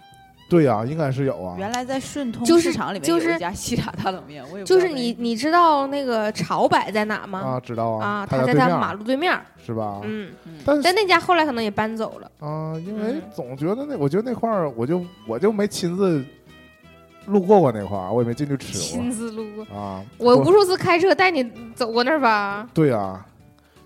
S1: 对呀、应该是有啊。
S3: 原来在顺通
S2: 就是
S3: 市场里面
S2: 就
S3: 有
S2: 是
S3: 一家西塔大冷面，我也不知
S2: 就
S3: 道
S2: 是
S3: 为
S2: 你，你知道那个潮摆在哪吗？
S1: 啊，知道
S2: 啊，
S1: 他
S2: 它在
S1: 对
S2: 它
S1: 面啊
S2: 马路对面儿。
S1: 是吧？
S2: 嗯，
S1: 但是
S2: 但那家后来可能也搬走了。
S1: 啊，因为
S2: 嗯
S1: 总觉得那，我觉得那块儿，我就我就没亲自路过过那块儿，我也没进去吃
S2: 亲自路过，
S1: 过啊。
S2: 我无数次开车带你走过那儿吧。
S1: 对啊，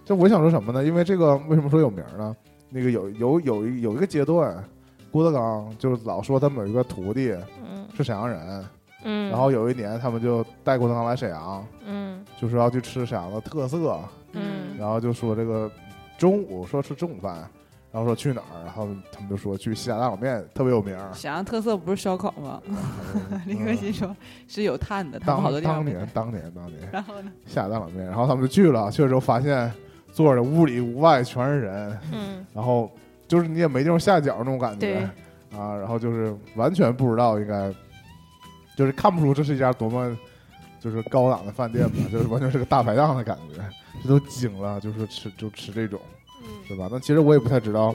S1: 就我想说什么呢？因为这个为什么说有名儿呢？那个有有有一有一个阶段，郭德纲就是老说他们有一个徒弟
S2: 嗯
S1: 是沈阳人，
S2: 嗯，
S1: 然后有一年他们就带郭德纲来沈阳，
S2: 嗯
S1: 就说要去吃沈阳的特色，
S2: 嗯
S1: 然后就说这个中午说吃中午饭，然后说去哪儿，然后他们就说去西塔大冷面，特别有名儿。
S3: 沈阳特色不是烧烤吗？ 李克
S1: 嗯
S3: 勤说是有碳的，他们
S1: 当
S3: 好多地方
S1: 当
S3: 没
S1: 年当年当年
S3: 然后呢？
S1: 下大冷面，然后他们就去了，去了之后发现坐着屋里屋外全是人，
S2: 嗯，
S1: 然后就是你也没地方下脚那种感
S2: 对
S1: 觉，啊，然后就是完全不知道应该，就是看不出这是一家多么就是高档的饭店吧，就是完全是个大排档的感觉，这都惊了，就是吃就吃这种
S2: 嗯
S1: 是吧？那其实我也不太知道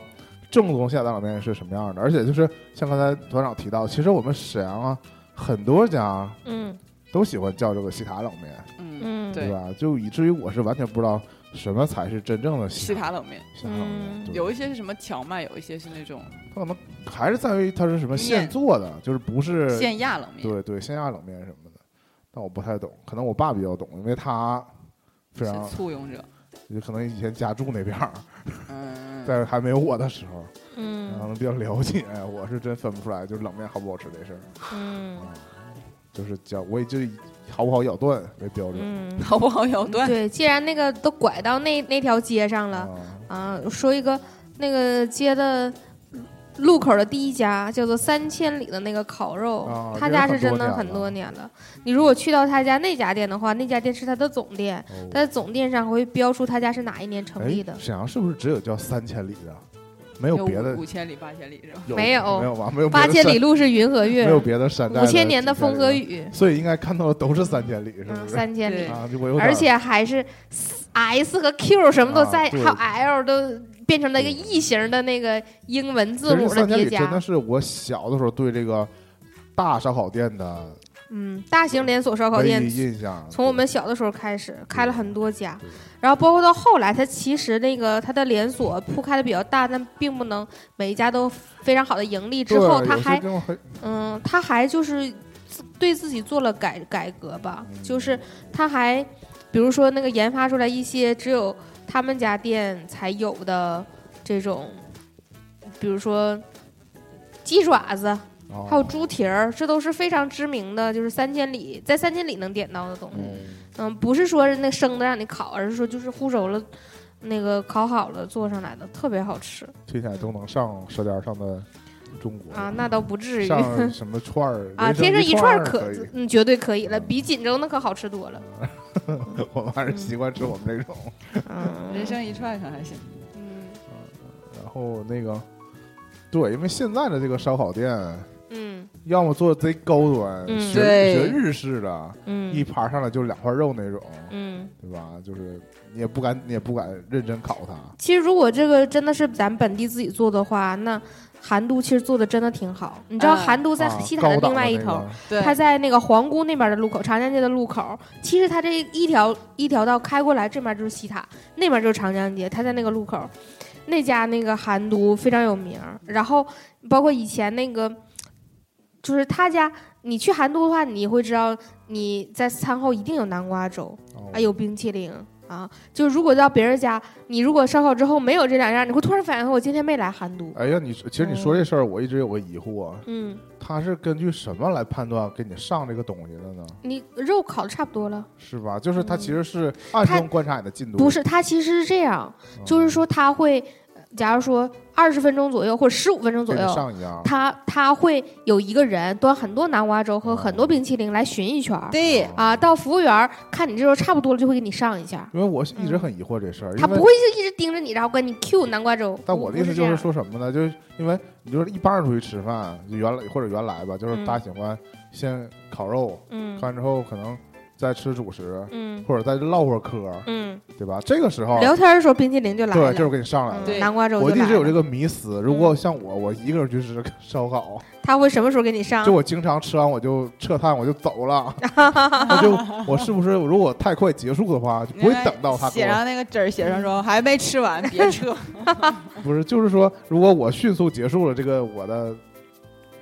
S1: 正宗下啊大冷面是什么样的，而且就是像刚才团长提到，其实我们沈阳啊很多家
S2: 嗯
S1: 都喜欢叫这个西塔冷面。
S3: 嗯，
S2: 嗯，
S3: 对
S1: 吧？就以至于我是完全不知道什么才是真正的
S3: 西
S1: 西塔
S3: 塔冷面
S1: 西塔冷面
S2: 嗯，
S1: 对
S3: 有一些是什么荞麦，有一些是那种
S1: 它可能还是在于它是什么现
S3: 面
S1: 做的，就是不是
S3: 现压冷面，
S1: 对对线下冷面什么的，但我不太懂，可能我爸比较懂，因为他非常
S3: 是簇拥者。
S1: 就可能以前家住那边儿，
S3: 嗯，
S1: 在还没有我的时候，可
S2: 嗯
S1: 哎能比较了解，我是真分不出来，就是冷面好不好吃这事儿。
S2: 嗯，
S1: 就是嚼，我也就以好不好咬断为标准。
S2: 嗯，
S3: 好不好咬断？
S2: 对，既然那个都拐到那那条街上了
S1: 啊，
S2: 啊，说一个那个街的路口的第一家叫做三千里的那个烤肉，
S1: 啊
S2: 他
S1: 这个
S2: 家
S1: 很
S2: 是真的
S1: 多
S2: 很
S1: 年
S2: 多
S1: 了
S2: 年了。你如果去到他家那家店的话，那家店是他的总店，
S1: 哦
S2: 在总店上会标出他家是哪一年成
S1: 哎
S2: 立的。
S1: 沈阳是不是只有叫三千里的？没有别的
S3: 五千里、八千里是吧？
S1: 有
S2: 没有
S1: 没有吧？没有别的
S2: 八千
S1: 山
S2: 里，路是云和
S1: 没
S2: 月，
S1: 有别的啊山寨。
S2: 五千年的风和，雨，
S1: 所以应该看到的都是三千里，是
S2: 嗯，
S1: 不是？
S2: 三千里
S3: 对，
S1: 啊，就我有点
S2: 而且还是 S 和 Q 什么都在，
S1: 啊对
S2: 还有 L 都变成了一个异形的那个英文字
S1: 其
S2: 母
S1: 实
S2: 的
S1: 三千
S2: 叠
S1: 里真的
S2: 加。
S1: 是我小的时候对这个大烧烤店的
S2: 嗯，大型连锁烧烤
S1: 唯
S2: 哦店
S1: 一印象。
S2: 从我们小的时候开始开了很多家
S1: 啊对，
S2: 然后包括到后来，它其实那个它的连锁铺开的比较大，但并不能每一家都非常好的盈利。之
S1: 对
S2: 后，它
S1: 有些
S2: 还
S1: 这种很
S2: 嗯，它还就是自对自己做了改改革吧，
S1: 嗯
S2: 就是它还比如说那个研发出来一些只有他们家店才有的这种，比如说。鸡爪子，
S1: 哦
S2: 还有猪蹄儿，这都是非常知名的，就是三千里，在三千里能点到的东西。
S1: 嗯
S2: 嗯，不是说是那生的让你烤，而是说就是烀熟了，那个烤好了做上来的，特别好吃
S1: 听起来都能上《舌尖上的中国》
S2: 啊，那倒不至于
S1: 上什么串儿
S2: 啊，天
S1: 上
S2: 一
S1: 串
S2: 儿可
S1: 以，
S2: 嗯绝对可以了，比锦州那可好吃多了。
S1: 我们还是习惯吃我们这种。
S2: 嗯，
S3: 人生一串可还行。
S2: 嗯
S1: 然后那个，对，因为现在的这个烧烤店，
S2: 嗯
S1: 要么做贼高端，
S2: 嗯
S1: 学
S3: 对
S1: 学日式的，一
S2: 嗯
S1: 盘上来就是两块肉那种，
S2: 嗯，
S1: 对吧？就是你也不敢，你也不敢认真烤它。
S2: 其实如果这个真的是咱本地自己做的话，那韩都其实做的真的挺好。你知道
S3: 啊
S2: 韩都在
S1: 啊
S2: 西
S1: 高
S2: 塔的
S1: 档
S2: 另外一
S1: 那
S2: 头，
S1: 个
S3: 对，
S2: 它在那个皇姑那边的路口，长江街的路口，其实它这一条一条道开过来，这边就是西塔，那边就是长江街，它在那个路口，那家那个韩都非常有名儿，然后包括以前那个，就是他家，你去韩都的话，你会知道你在餐后一定有南瓜粥，
S1: 哦
S2: 啊，有冰淇淋。啊，就如果到别人家，你如果烧烤之后没有这两样，你会突然反应，我今天没来韩都。
S1: 哎呀，你其实你说这事儿，我一直有个疑惑，
S2: 嗯，
S1: 它是根据什么来判断给你上这个东西的呢？
S2: 你肉烤的差不多了，
S1: 是吧？就是它
S2: 嗯
S1: 其实是暗
S2: 它
S1: 中观察你的进度，
S2: 不是？它其实是这样，
S1: 嗯
S2: 就是说他会，呃假如说二十分钟左右或者十五分钟左
S1: 给你
S2: 右，
S1: 上一样。
S2: 他他会有一个人端很多南瓜粥和
S1: 哦
S2: 很多冰淇淋来巡一圈儿，
S3: 对，
S2: 啊，到服务员儿看你这时候差不多了，就会给你上一下儿，
S1: 因为我一直很疑惑这事儿，呃
S2: 他
S1: 因为
S2: 嗯不会就一直盯着你，然后跟你 Q 南瓜粥。
S1: 但
S2: 不
S1: 我的
S2: 不
S1: 意思
S2: 这
S1: 就是
S2: 样
S1: 说什么呢？就是因为你就是一般人出去吃饭，就原来或者原来吧，就是
S2: 嗯
S1: 大家喜欢先烤肉，
S2: 嗯
S1: 烤完之后可能再吃主食，
S2: 嗯
S1: 或者再唠会儿嗑，
S2: 嗯，
S1: 对吧？这个时候，
S2: 聊天儿的时候冰淇淋就来
S1: 哦对，
S2: 了，
S1: 就是给你上来
S2: 嗯
S1: 了。
S3: 对
S2: 南瓜粥
S1: 我
S2: 就
S1: 一
S2: 来
S1: 直有这
S2: 了。
S1: 个迷思，如果像我，我一个人去吃烧烤，
S2: 他会什么时候给你上
S1: 就？我经常吃完我就撤摊，我就走 了，我就我是不是如果太快结束的话，就不会等到他给
S3: 写
S1: 我。嗯
S3: 上那个纸儿，写上说还没吃完，别 撤。
S1: 不是，就是说，如果我迅速结束了这个我的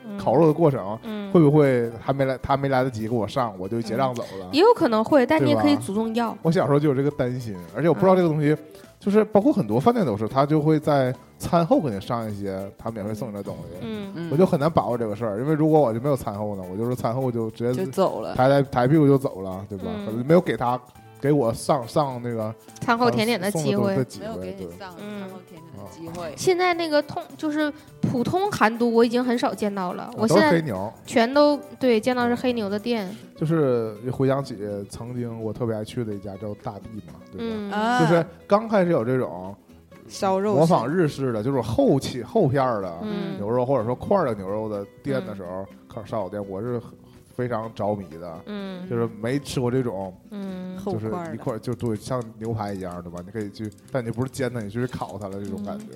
S2: 嗯
S1: 烤肉的过程，
S2: 嗯
S1: 会，不会还没来，他没来得及给我上，我就结账走了？
S2: 也有可能会，但
S1: 对
S2: 你也可以
S1: 吧
S2: 主动要。
S1: 我小时候就有这个担心，而且我不知道
S2: 啊
S1: 这个东西，就是包括很多饭店都是，他就会在餐后给你上一些他免费送你的东西，
S2: 嗯
S3: 嗯
S1: 我就很难把握这个事儿，因为如果我就没有餐后呢，我就是餐后就直
S3: 就
S1: 接
S3: 走了。
S1: 抬抬抬屁股就走了，对吧？
S2: 嗯
S1: 可能没有给他给我上上那个呃
S2: 餐后甜点的
S1: 送
S2: 机
S1: 东西
S2: 会
S1: 的。机
S3: 没有
S1: 会，
S3: 给
S1: 对哦
S3: 你，上
S2: 嗯
S3: 餐后甜点的机会，
S2: 现在那个通就是普通韩都，我已经很少见到了。我
S1: 都
S2: 现
S1: 是黑
S2: 在
S1: 牛。
S2: 全都对见到是黑牛的店，
S1: 就是回想起曾经我特别爱去的一家叫大地嘛，对吧？
S2: 嗯，
S3: 啊
S1: 就是刚开始有这种
S3: 烧肉
S1: 模仿日式的，就是后期后片儿的
S2: 嗯
S1: 牛肉，或者说块儿的牛肉的店的时候，烤烧烤店，我是非常着迷的。
S2: 嗯
S1: 就是没吃过这种，
S2: 嗯
S3: 后
S1: 就是
S3: 块儿
S1: 一
S3: 的
S1: 块儿就对，像牛排一样，对吧？你可以去，但你不是煎它，你去烤它了，这种
S2: 嗯
S1: 感觉。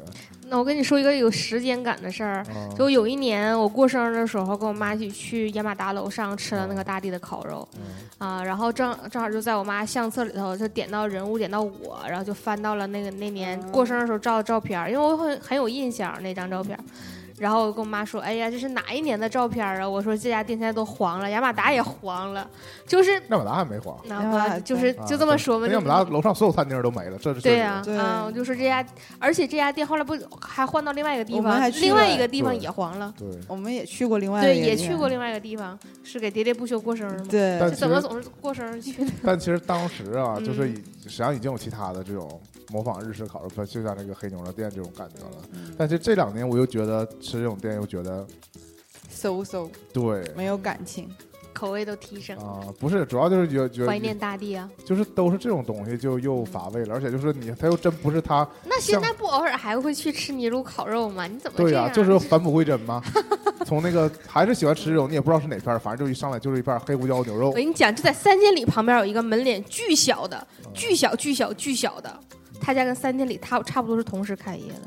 S2: 那我跟你说一个有时间感的事儿。
S1: 啊
S2: 就有一年我过生日的时候，跟我妈一起去野马达楼上吃了那个大地的烤肉
S1: 嗯
S2: 啊，然后正正好就在我妈相册里头就点到人物，点到我，然后就翻到了那个那年
S3: 嗯
S1: 嗯
S2: 过生日的时候照的照片儿，因为我很很有印象那张照片儿。然后我跟我妈说：“哎呀，这是哪一年的照片啊？”我说：“这家店现在都黄了，雅马达也黄了，
S3: 啊
S2: 就是
S1: 那马达还没黄，
S2: 那
S3: 雅马达
S2: 我就是
S1: 啊
S2: 就这么说吧。
S1: 那
S2: 就
S1: 亚马达楼上所有餐厅都没了，这是
S2: 对
S1: 呀
S2: 呀、
S3: 对
S2: 啊，我就说这家，而且这家店后来不还换到另外一个地
S3: 我们
S2: 方
S3: 还，去
S2: 另外
S3: 了
S2: 一个地方
S1: 对
S2: 也黄了，
S1: 对。
S3: 我们也去过另外
S2: 对，
S3: 一个
S2: 也
S3: 店
S2: 去过另外一个地方，是给喋喋不休过生日吗？
S3: 对，
S1: 但
S2: 这怎么总是过生日去呢？
S1: 但其实当时啊，
S2: 嗯
S1: 就是已实际上已经有其他的这种模仿日式烤肉，就像那个黑牛肉店这种感觉了。
S3: 嗯
S1: 但是这两年我又觉得吃这种店又觉得
S3: so so
S1: 对
S3: 没有感情，
S2: 口味都提升，
S1: 啊、不是，主要就是觉觉
S2: 怀
S1: 得
S2: 念大地啊！
S1: 就是都是这种东西就又乏味了，而且就是你他又真不是他，
S2: 那现
S1: 像
S2: 在不偶尔还会去吃泥炉烤肉吗？你怎么
S1: 对
S2: 这
S1: 呀、
S2: 样啊？
S1: 就是返璞归真嘛。从那个还是喜欢吃这种，你也不知道是哪片儿，反正就一上来就是一片黑胡椒牛肉
S2: 我，跟你讲，就在三千里旁边有一个门脸巨小的，
S1: 嗯
S2: 巨小巨小巨小的，他家跟三千里差差不多是同时开业的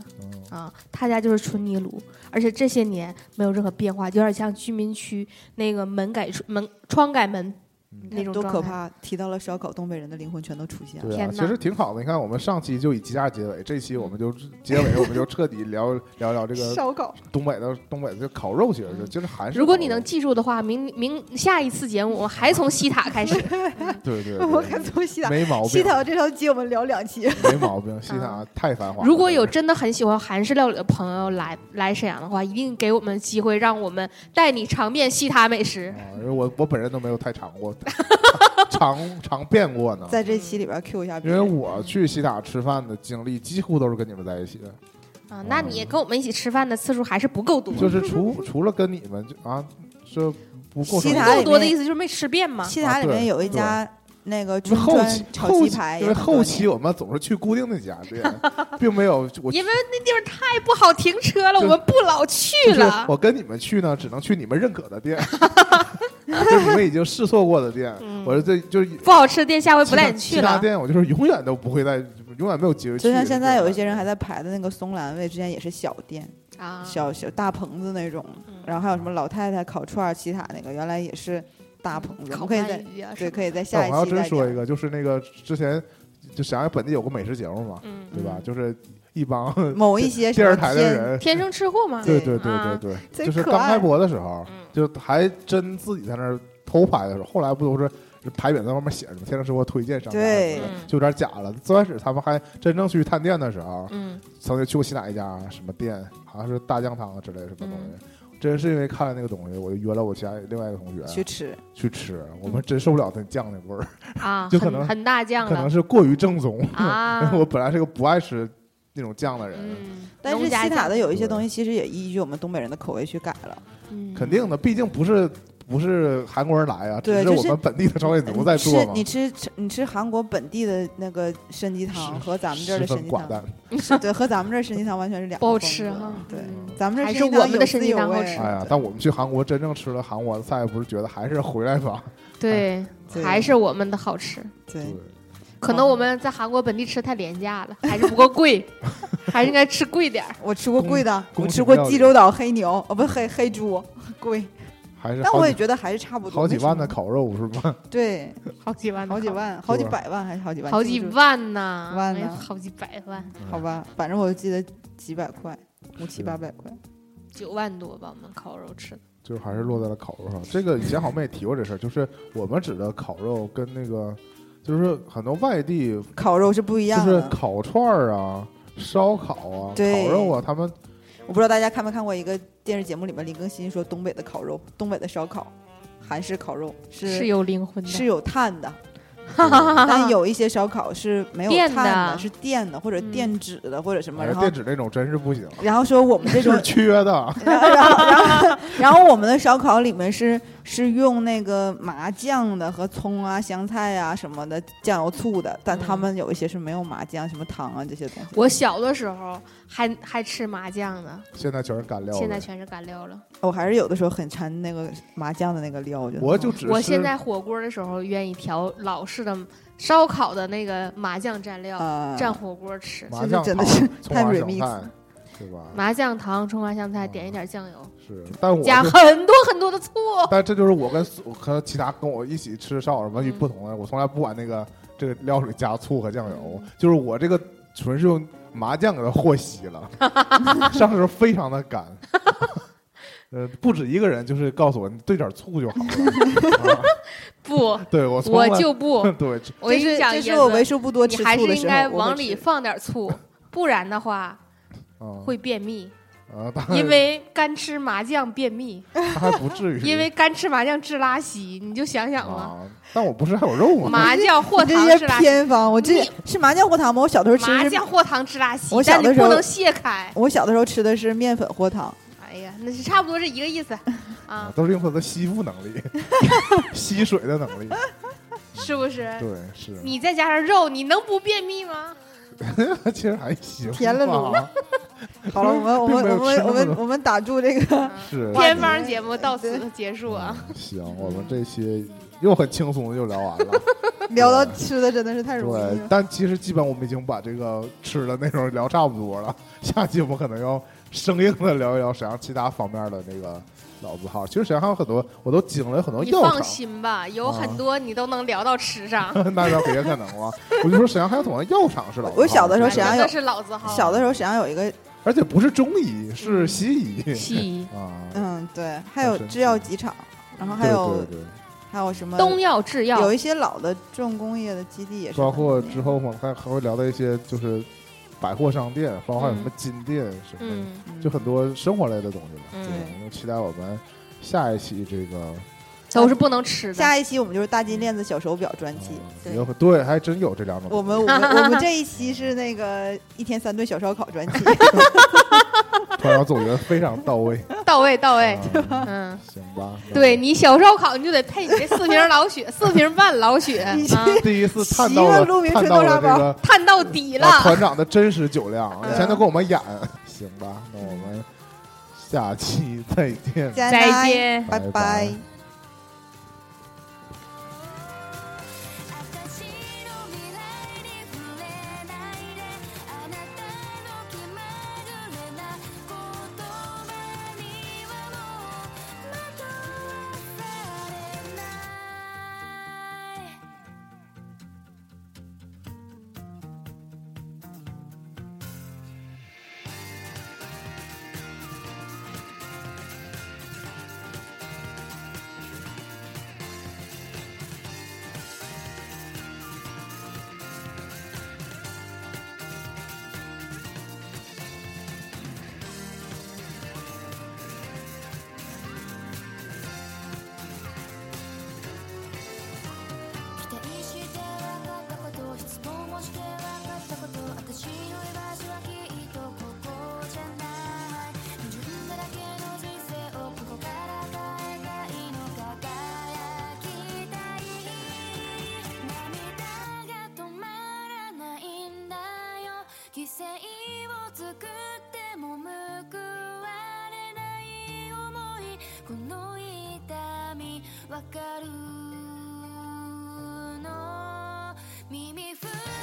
S1: 嗯
S2: 啊，他家就是纯泥炉，而且这些年没有任何变化，有点像居民区那个门改门窗改门那种
S3: 多
S2: 状
S3: 可
S2: 态。
S3: 怕！提到了烧烤，东北人的灵魂全都出现了。
S1: 对啊，
S2: 天哪
S1: 其实挺好的。你看，我们上期就以鸡架结尾，这期我们就结尾，我们就彻底聊聊聊这个
S2: 烧烤，
S1: 东北的东北的这烤肉，其实是就是韩式烤肉。
S2: 如果你能记住的话，明明下一次节目我们还从西塔 开始。
S1: 对对，
S3: 我
S1: 对
S3: 看从西塔，
S1: 没毛
S3: 西
S1: 病，嗯
S3: 塔这条街我们聊两期，
S1: 没毛病，西塔太繁华了。
S2: 啊如果有真的很喜欢韩式料理的朋友来来沈阳的话，一定给我们机会，让我们带你尝遍西塔美食。
S1: 啊，因为我我本人都没有太尝过， 尝尝遍过呢。
S3: 在这期里边 Q 一下别
S1: 因为
S3: 人。
S1: 我去西塔吃饭的经历几乎都是跟你们在一起的，
S2: 啊，那你跟我们一起吃饭的次数还是不够多。
S1: 就是除除了跟你们就啊，这不够
S3: 西
S1: 上
S3: 塔
S2: 不够多的意思就是没吃遍嘛。
S3: 西塔里
S1: 啊
S3: 面
S1: 对
S3: 有一家那个
S1: 因为
S3: 中
S1: 后期
S3: 川炒
S1: 后
S3: 鸡
S1: 期
S3: 排
S1: 因
S3: 也
S1: 为
S3: 很多年，
S1: 后期我们总是去固定那家店， 并没有我
S2: 因为那地方太不好停车了，我们不老去
S1: 就是
S2: 了。
S1: 我跟你们去呢，只能去你们认可的 店，啊就你们已经试错过的店。
S2: 嗯
S1: 我说这就是
S2: 不好吃的店下回不带你
S1: 其他
S2: 去
S1: 其他
S2: 了。
S1: 店我就是永远都不会再，永远没有机会去。
S3: 就像现在有一些人还在排的那个松兰味，之前也是小店，
S2: 啊，
S3: 小小大棚子那种
S2: 嗯，
S3: 然后还有什么老太太烤串儿，西塔那个原来也是大棚子，我
S2: 嗯烤
S3: 们可以
S2: 鳗
S3: 在
S2: 鱼啊，
S3: 对
S2: 什么
S3: 可以在
S1: 但
S3: 下
S1: 我
S3: 一
S1: 还要
S3: 期
S1: 真
S3: 再
S1: 说
S3: 讲
S1: 一。个，就是那个之前就沈阳本地有个美食节目嘛，
S2: 嗯，
S1: 对吧
S3: 嗯？
S1: 就是一帮
S3: 某一些什
S1: 电
S3: 么
S1: 视台的
S3: 天
S1: 人，
S2: 天生吃货嘛。
S1: 对对对
S2: 啊
S1: 对对，
S3: 真
S1: 就是
S3: 可
S1: 刚开
S3: 爱
S1: 播的时候
S2: 嗯，
S1: 就还真自己在那儿偷拍的时候，后来不都是牌匾在外面写着吗？天生生活推荐商家
S3: 对
S1: 什么的
S2: 嗯
S1: 就有点假了。最开始他们还真正去探店的时候，
S2: 嗯，
S1: 曾经去过西哪一家什么店，好像是大酱汤啊之类的什么东
S2: 嗯
S1: 西。真是因为看了那个东西，我就约了我其他另外一个同学
S3: 去嗯吃，
S1: 去吃，我们真受不了那酱的味儿，
S2: 啊，
S1: 就可能
S2: 很很大酱
S1: 可能
S2: 了
S1: 是过于正宗。。
S2: 啊
S1: 我本来是个不爱吃那种酱的人，
S2: 嗯，
S3: 但是
S2: 农家
S3: 西塔
S2: 酱
S3: 的有一些
S1: 对
S3: 东西其实也依据我们东北人的口味去改了。
S2: 嗯
S1: 肯定的，毕竟不是不是韩国人来啊，只
S3: 对
S1: 是
S3: 就
S1: 我
S3: 是
S1: 们本地的朝鲜族在
S3: 你
S1: 做
S3: 吃
S1: 嘛，
S3: 你吃吃你吃韩国本地的那个参鸡汤
S1: 十
S3: 和咱们这儿
S1: 十
S3: 的
S1: 分
S3: 参鸡
S1: 寡
S3: 汤
S1: 淡，
S3: 是，对，和咱们这儿参鸡汤完全是两
S2: 不好
S3: 个
S2: 吃
S3: 风格
S2: 哈
S3: 对，
S2: 嗯
S3: 咱们这
S2: 还
S3: 儿
S2: 是
S3: 参鸡
S2: 我
S3: 汤
S2: 们
S3: 有
S2: 的参
S3: 滋
S2: 鸡
S3: 有
S2: 汤好
S3: 味
S2: 吃
S1: 哎呀，但我们去韩国真正吃了韩国菜，不是觉得还是回来吧？
S2: 对，
S3: 对
S2: 还是我们的好吃。
S1: 对
S3: 对，，
S2: 可能我们在韩国本地吃太廉价了，还是不够贵，还是应该吃贵点儿。
S3: 我吃过贵的，
S1: 宫廷
S3: 我吃过
S1: 料理
S3: 济州岛黑牛，哦不黑黑猪贵，
S1: 还是
S3: 但
S1: 好
S3: 我也
S1: 几
S3: 觉得还是差不多，
S1: 好几
S3: 没什
S1: 万
S3: 么
S1: 的烤肉是吧？
S3: 对，
S2: 好几万，
S3: 好几，万，好几百万还是好几万，
S2: 好
S3: 记
S2: 几
S3: 不住
S2: 万呐，
S3: 万
S2: 哎
S3: 呢
S2: 好几百万，
S3: 好
S1: 嗯
S3: 吧，反正我就记得几百块，五
S1: 是
S3: 七八百块，
S2: 九万多吧，我们烤肉吃的。
S1: 就还是落在了烤肉上。这个以前好像我们也提过这事儿，就是我们指的烤肉跟那个，就是很多外地
S3: 烤肉是不一
S1: 就
S3: 样
S1: 是
S3: 的。
S1: 烤串儿啊、烧烤啊、
S3: 对
S1: 烤肉啊，他们
S3: 我不知道大家看没看过一个电视节目，里面林更新说东北的烤肉，东北的烧烤，韩式烤肉是
S2: 是有灵魂的，
S3: 是有炭的，
S2: 哈
S3: 但有一些烧烤是没有
S2: 电的
S3: 炭是电的或者
S2: 嗯
S3: 电纸的或者什么，
S1: 哎
S3: 然后
S1: 电。纸那种真是不行，
S3: 然后说我们这
S1: 就
S3: 种
S1: 是缺的。
S3: 然后，然后，然后， 然后我们的烧烤里面是是用那个麻酱的和葱啊、香菜啊什么的，酱油、醋的，但他们有一些是没有麻酱，什么糖啊这些东西。
S2: 我小的时候还还吃麻酱呢，
S1: 现在全是干料的。
S2: 现在全是干料了。
S3: 我还是有的时候很馋那个 麻酱的那个料，我觉得
S1: 我就
S3: 嗯
S1: 只
S2: 我
S1: 是
S2: 现在火锅的时候愿意调老式的烧烤的那个麻酱蘸料，
S3: 呃
S2: 蘸火锅吃。
S1: 麻酱
S3: 真的
S1: 糖
S3: 是
S1: 葱
S3: 太
S1: 花小
S3: remix
S1: 菜，对吧？
S2: 麻酱糖、葱花香
S3: 啊
S2: 菜，点一点酱油，
S1: 是，但我
S2: 加
S1: 就
S2: 很多很多的 醋。
S1: 但这就是我跟所和其他跟我一起吃烧烤什么
S2: 嗯
S1: 不同的，我从来不管那个这个料里加醋和酱油，就是我这个纯是用麻酱给它和稀 了，上时候非常的干。 呃，不止一个人，就是告诉我，你兑点醋就好了。 啊、
S2: 不，
S1: 对我从
S2: 我
S1: 来，
S2: 就不
S1: 对吃
S2: 我跟
S3: 啊这
S2: 你
S3: 是
S2: 讲，
S3: 这是
S2: 爷
S3: 我
S2: 们
S3: 为数不多吃
S2: 你还
S3: 醋
S2: 是
S3: 的
S2: 应
S3: 时候
S2: 该
S3: 我会
S2: 往里
S3: 吃
S2: 放点 醋，不然的话
S1: 啊
S2: 会便秘，
S1: 啊，当然
S2: 因为干吃麻酱便秘，
S1: 他还不至于，
S2: 因为干吃麻酱治拉稀，你就想想吧，
S1: 啊，但我不是还有肉吗？
S2: 麻酱和
S3: 你
S2: 糖
S3: 这
S2: 治
S3: 些
S2: 拉稀，
S3: 偏方，我这
S2: 你
S3: 是麻酱和糖吗？我小的时候吃
S2: 麻
S3: 的是
S2: 酱和糖治拉稀
S3: 我，小
S2: 但你
S3: 的时
S2: 不
S3: 候
S2: 能卸开。
S3: 我小的时候吃的是面粉和糖，
S2: 哎呀，那是差不多是一个意 思啊，
S1: 都是用它的吸附能 力，吸水的能力。
S2: 是不是？
S1: 对，是。
S2: 你再加上肉，你能不便秘吗？
S1: 其实还行吧。
S3: 填了卤 好了，我们我们
S1: 并没有
S3: 我
S1: 吃那么
S3: 们我们
S1: 多
S3: 我们打住这个，
S1: 是
S2: 偏方节目到此结束啊！
S1: 嗯行，我们这期又很轻松的就聊完 了。
S3: 聊到吃的真的是太容易
S1: 对，
S3: 了。
S1: 但其实基本我们已经把这个吃的内容聊差不多了。下期我们可能要生硬的聊一聊沈阳其他方面的那个老字号。其实沈阳还有很多，我都景了很多
S2: 你
S1: 嗯药
S2: 放
S1: 厂。
S2: 心吧，有
S1: 啊
S2: 很多你都能聊到吃上。
S1: 那倒别可能了。我就说沈阳还有很多药厂是老字号。
S3: 我小的时候沈阳
S2: 真
S3: 有
S2: 的是老字号，
S3: 小的时候沈阳有一个，
S1: 而且不是中医，
S2: 嗯
S1: 是西 医
S2: 西医、
S1: 啊。
S3: 嗯，对，还有
S1: 好神奇
S3: 制药集场，然后还
S1: 对
S3: 有
S1: 对对
S3: 还有什么
S2: 东药、制药
S3: 有一些老的重工业的基地也是
S1: 包
S3: 很
S1: 括
S3: 多年，
S1: 之后我们还还会聊到一些就是百货商店，包括还有什么金店什么的，
S2: 嗯，
S3: 嗯
S1: 就很多生活类的东西吧。
S2: 嗯
S1: 对，我们期待我们下一期这个
S2: 都是不能吃的。
S3: 下一期我们就是大金链子小手表专辑。
S1: 呃
S2: 对
S1: 有很对，还真有这两种。
S3: 我们我们我们这一期是那个一天三顿小烧烤 专辑，
S1: 团长总结得非常到位。
S2: 到位，到位，
S1: 啊
S2: 嗯。
S1: 行吧。那
S2: 对你小烧烤，你就得配你这四瓶老 雪，四瓶半老雪
S3: 你这
S2: 啊，
S1: 第一次探
S3: 习
S1: 到
S3: 惯
S1: 了
S3: 路明
S1: 探
S3: 吹
S1: 到
S3: 豆
S1: 了
S3: 沙
S1: 这
S3: 包
S1: 个
S2: 哦探到底了。
S1: 啊，团长的真实酒量，
S3: 嗯
S1: 以前都跟我们演。行吧，那我们下期再见。
S3: 加
S2: 再
S3: 奶，
S2: 见。
S3: 拜
S1: 拜
S3: 拜
S1: 拜。
S4: 「あたしの未来に触れないで」「あなたの気まぐれな言葉にはもう惑わされない」期待して分かったこと質問もして分かったこと私の居場所はきっとここじゃない自分だけの人生をここから変えたいの輝きたい涙が止まらないんだよ犠牲を作っても報われない思いこの痛みわかるの耳ふ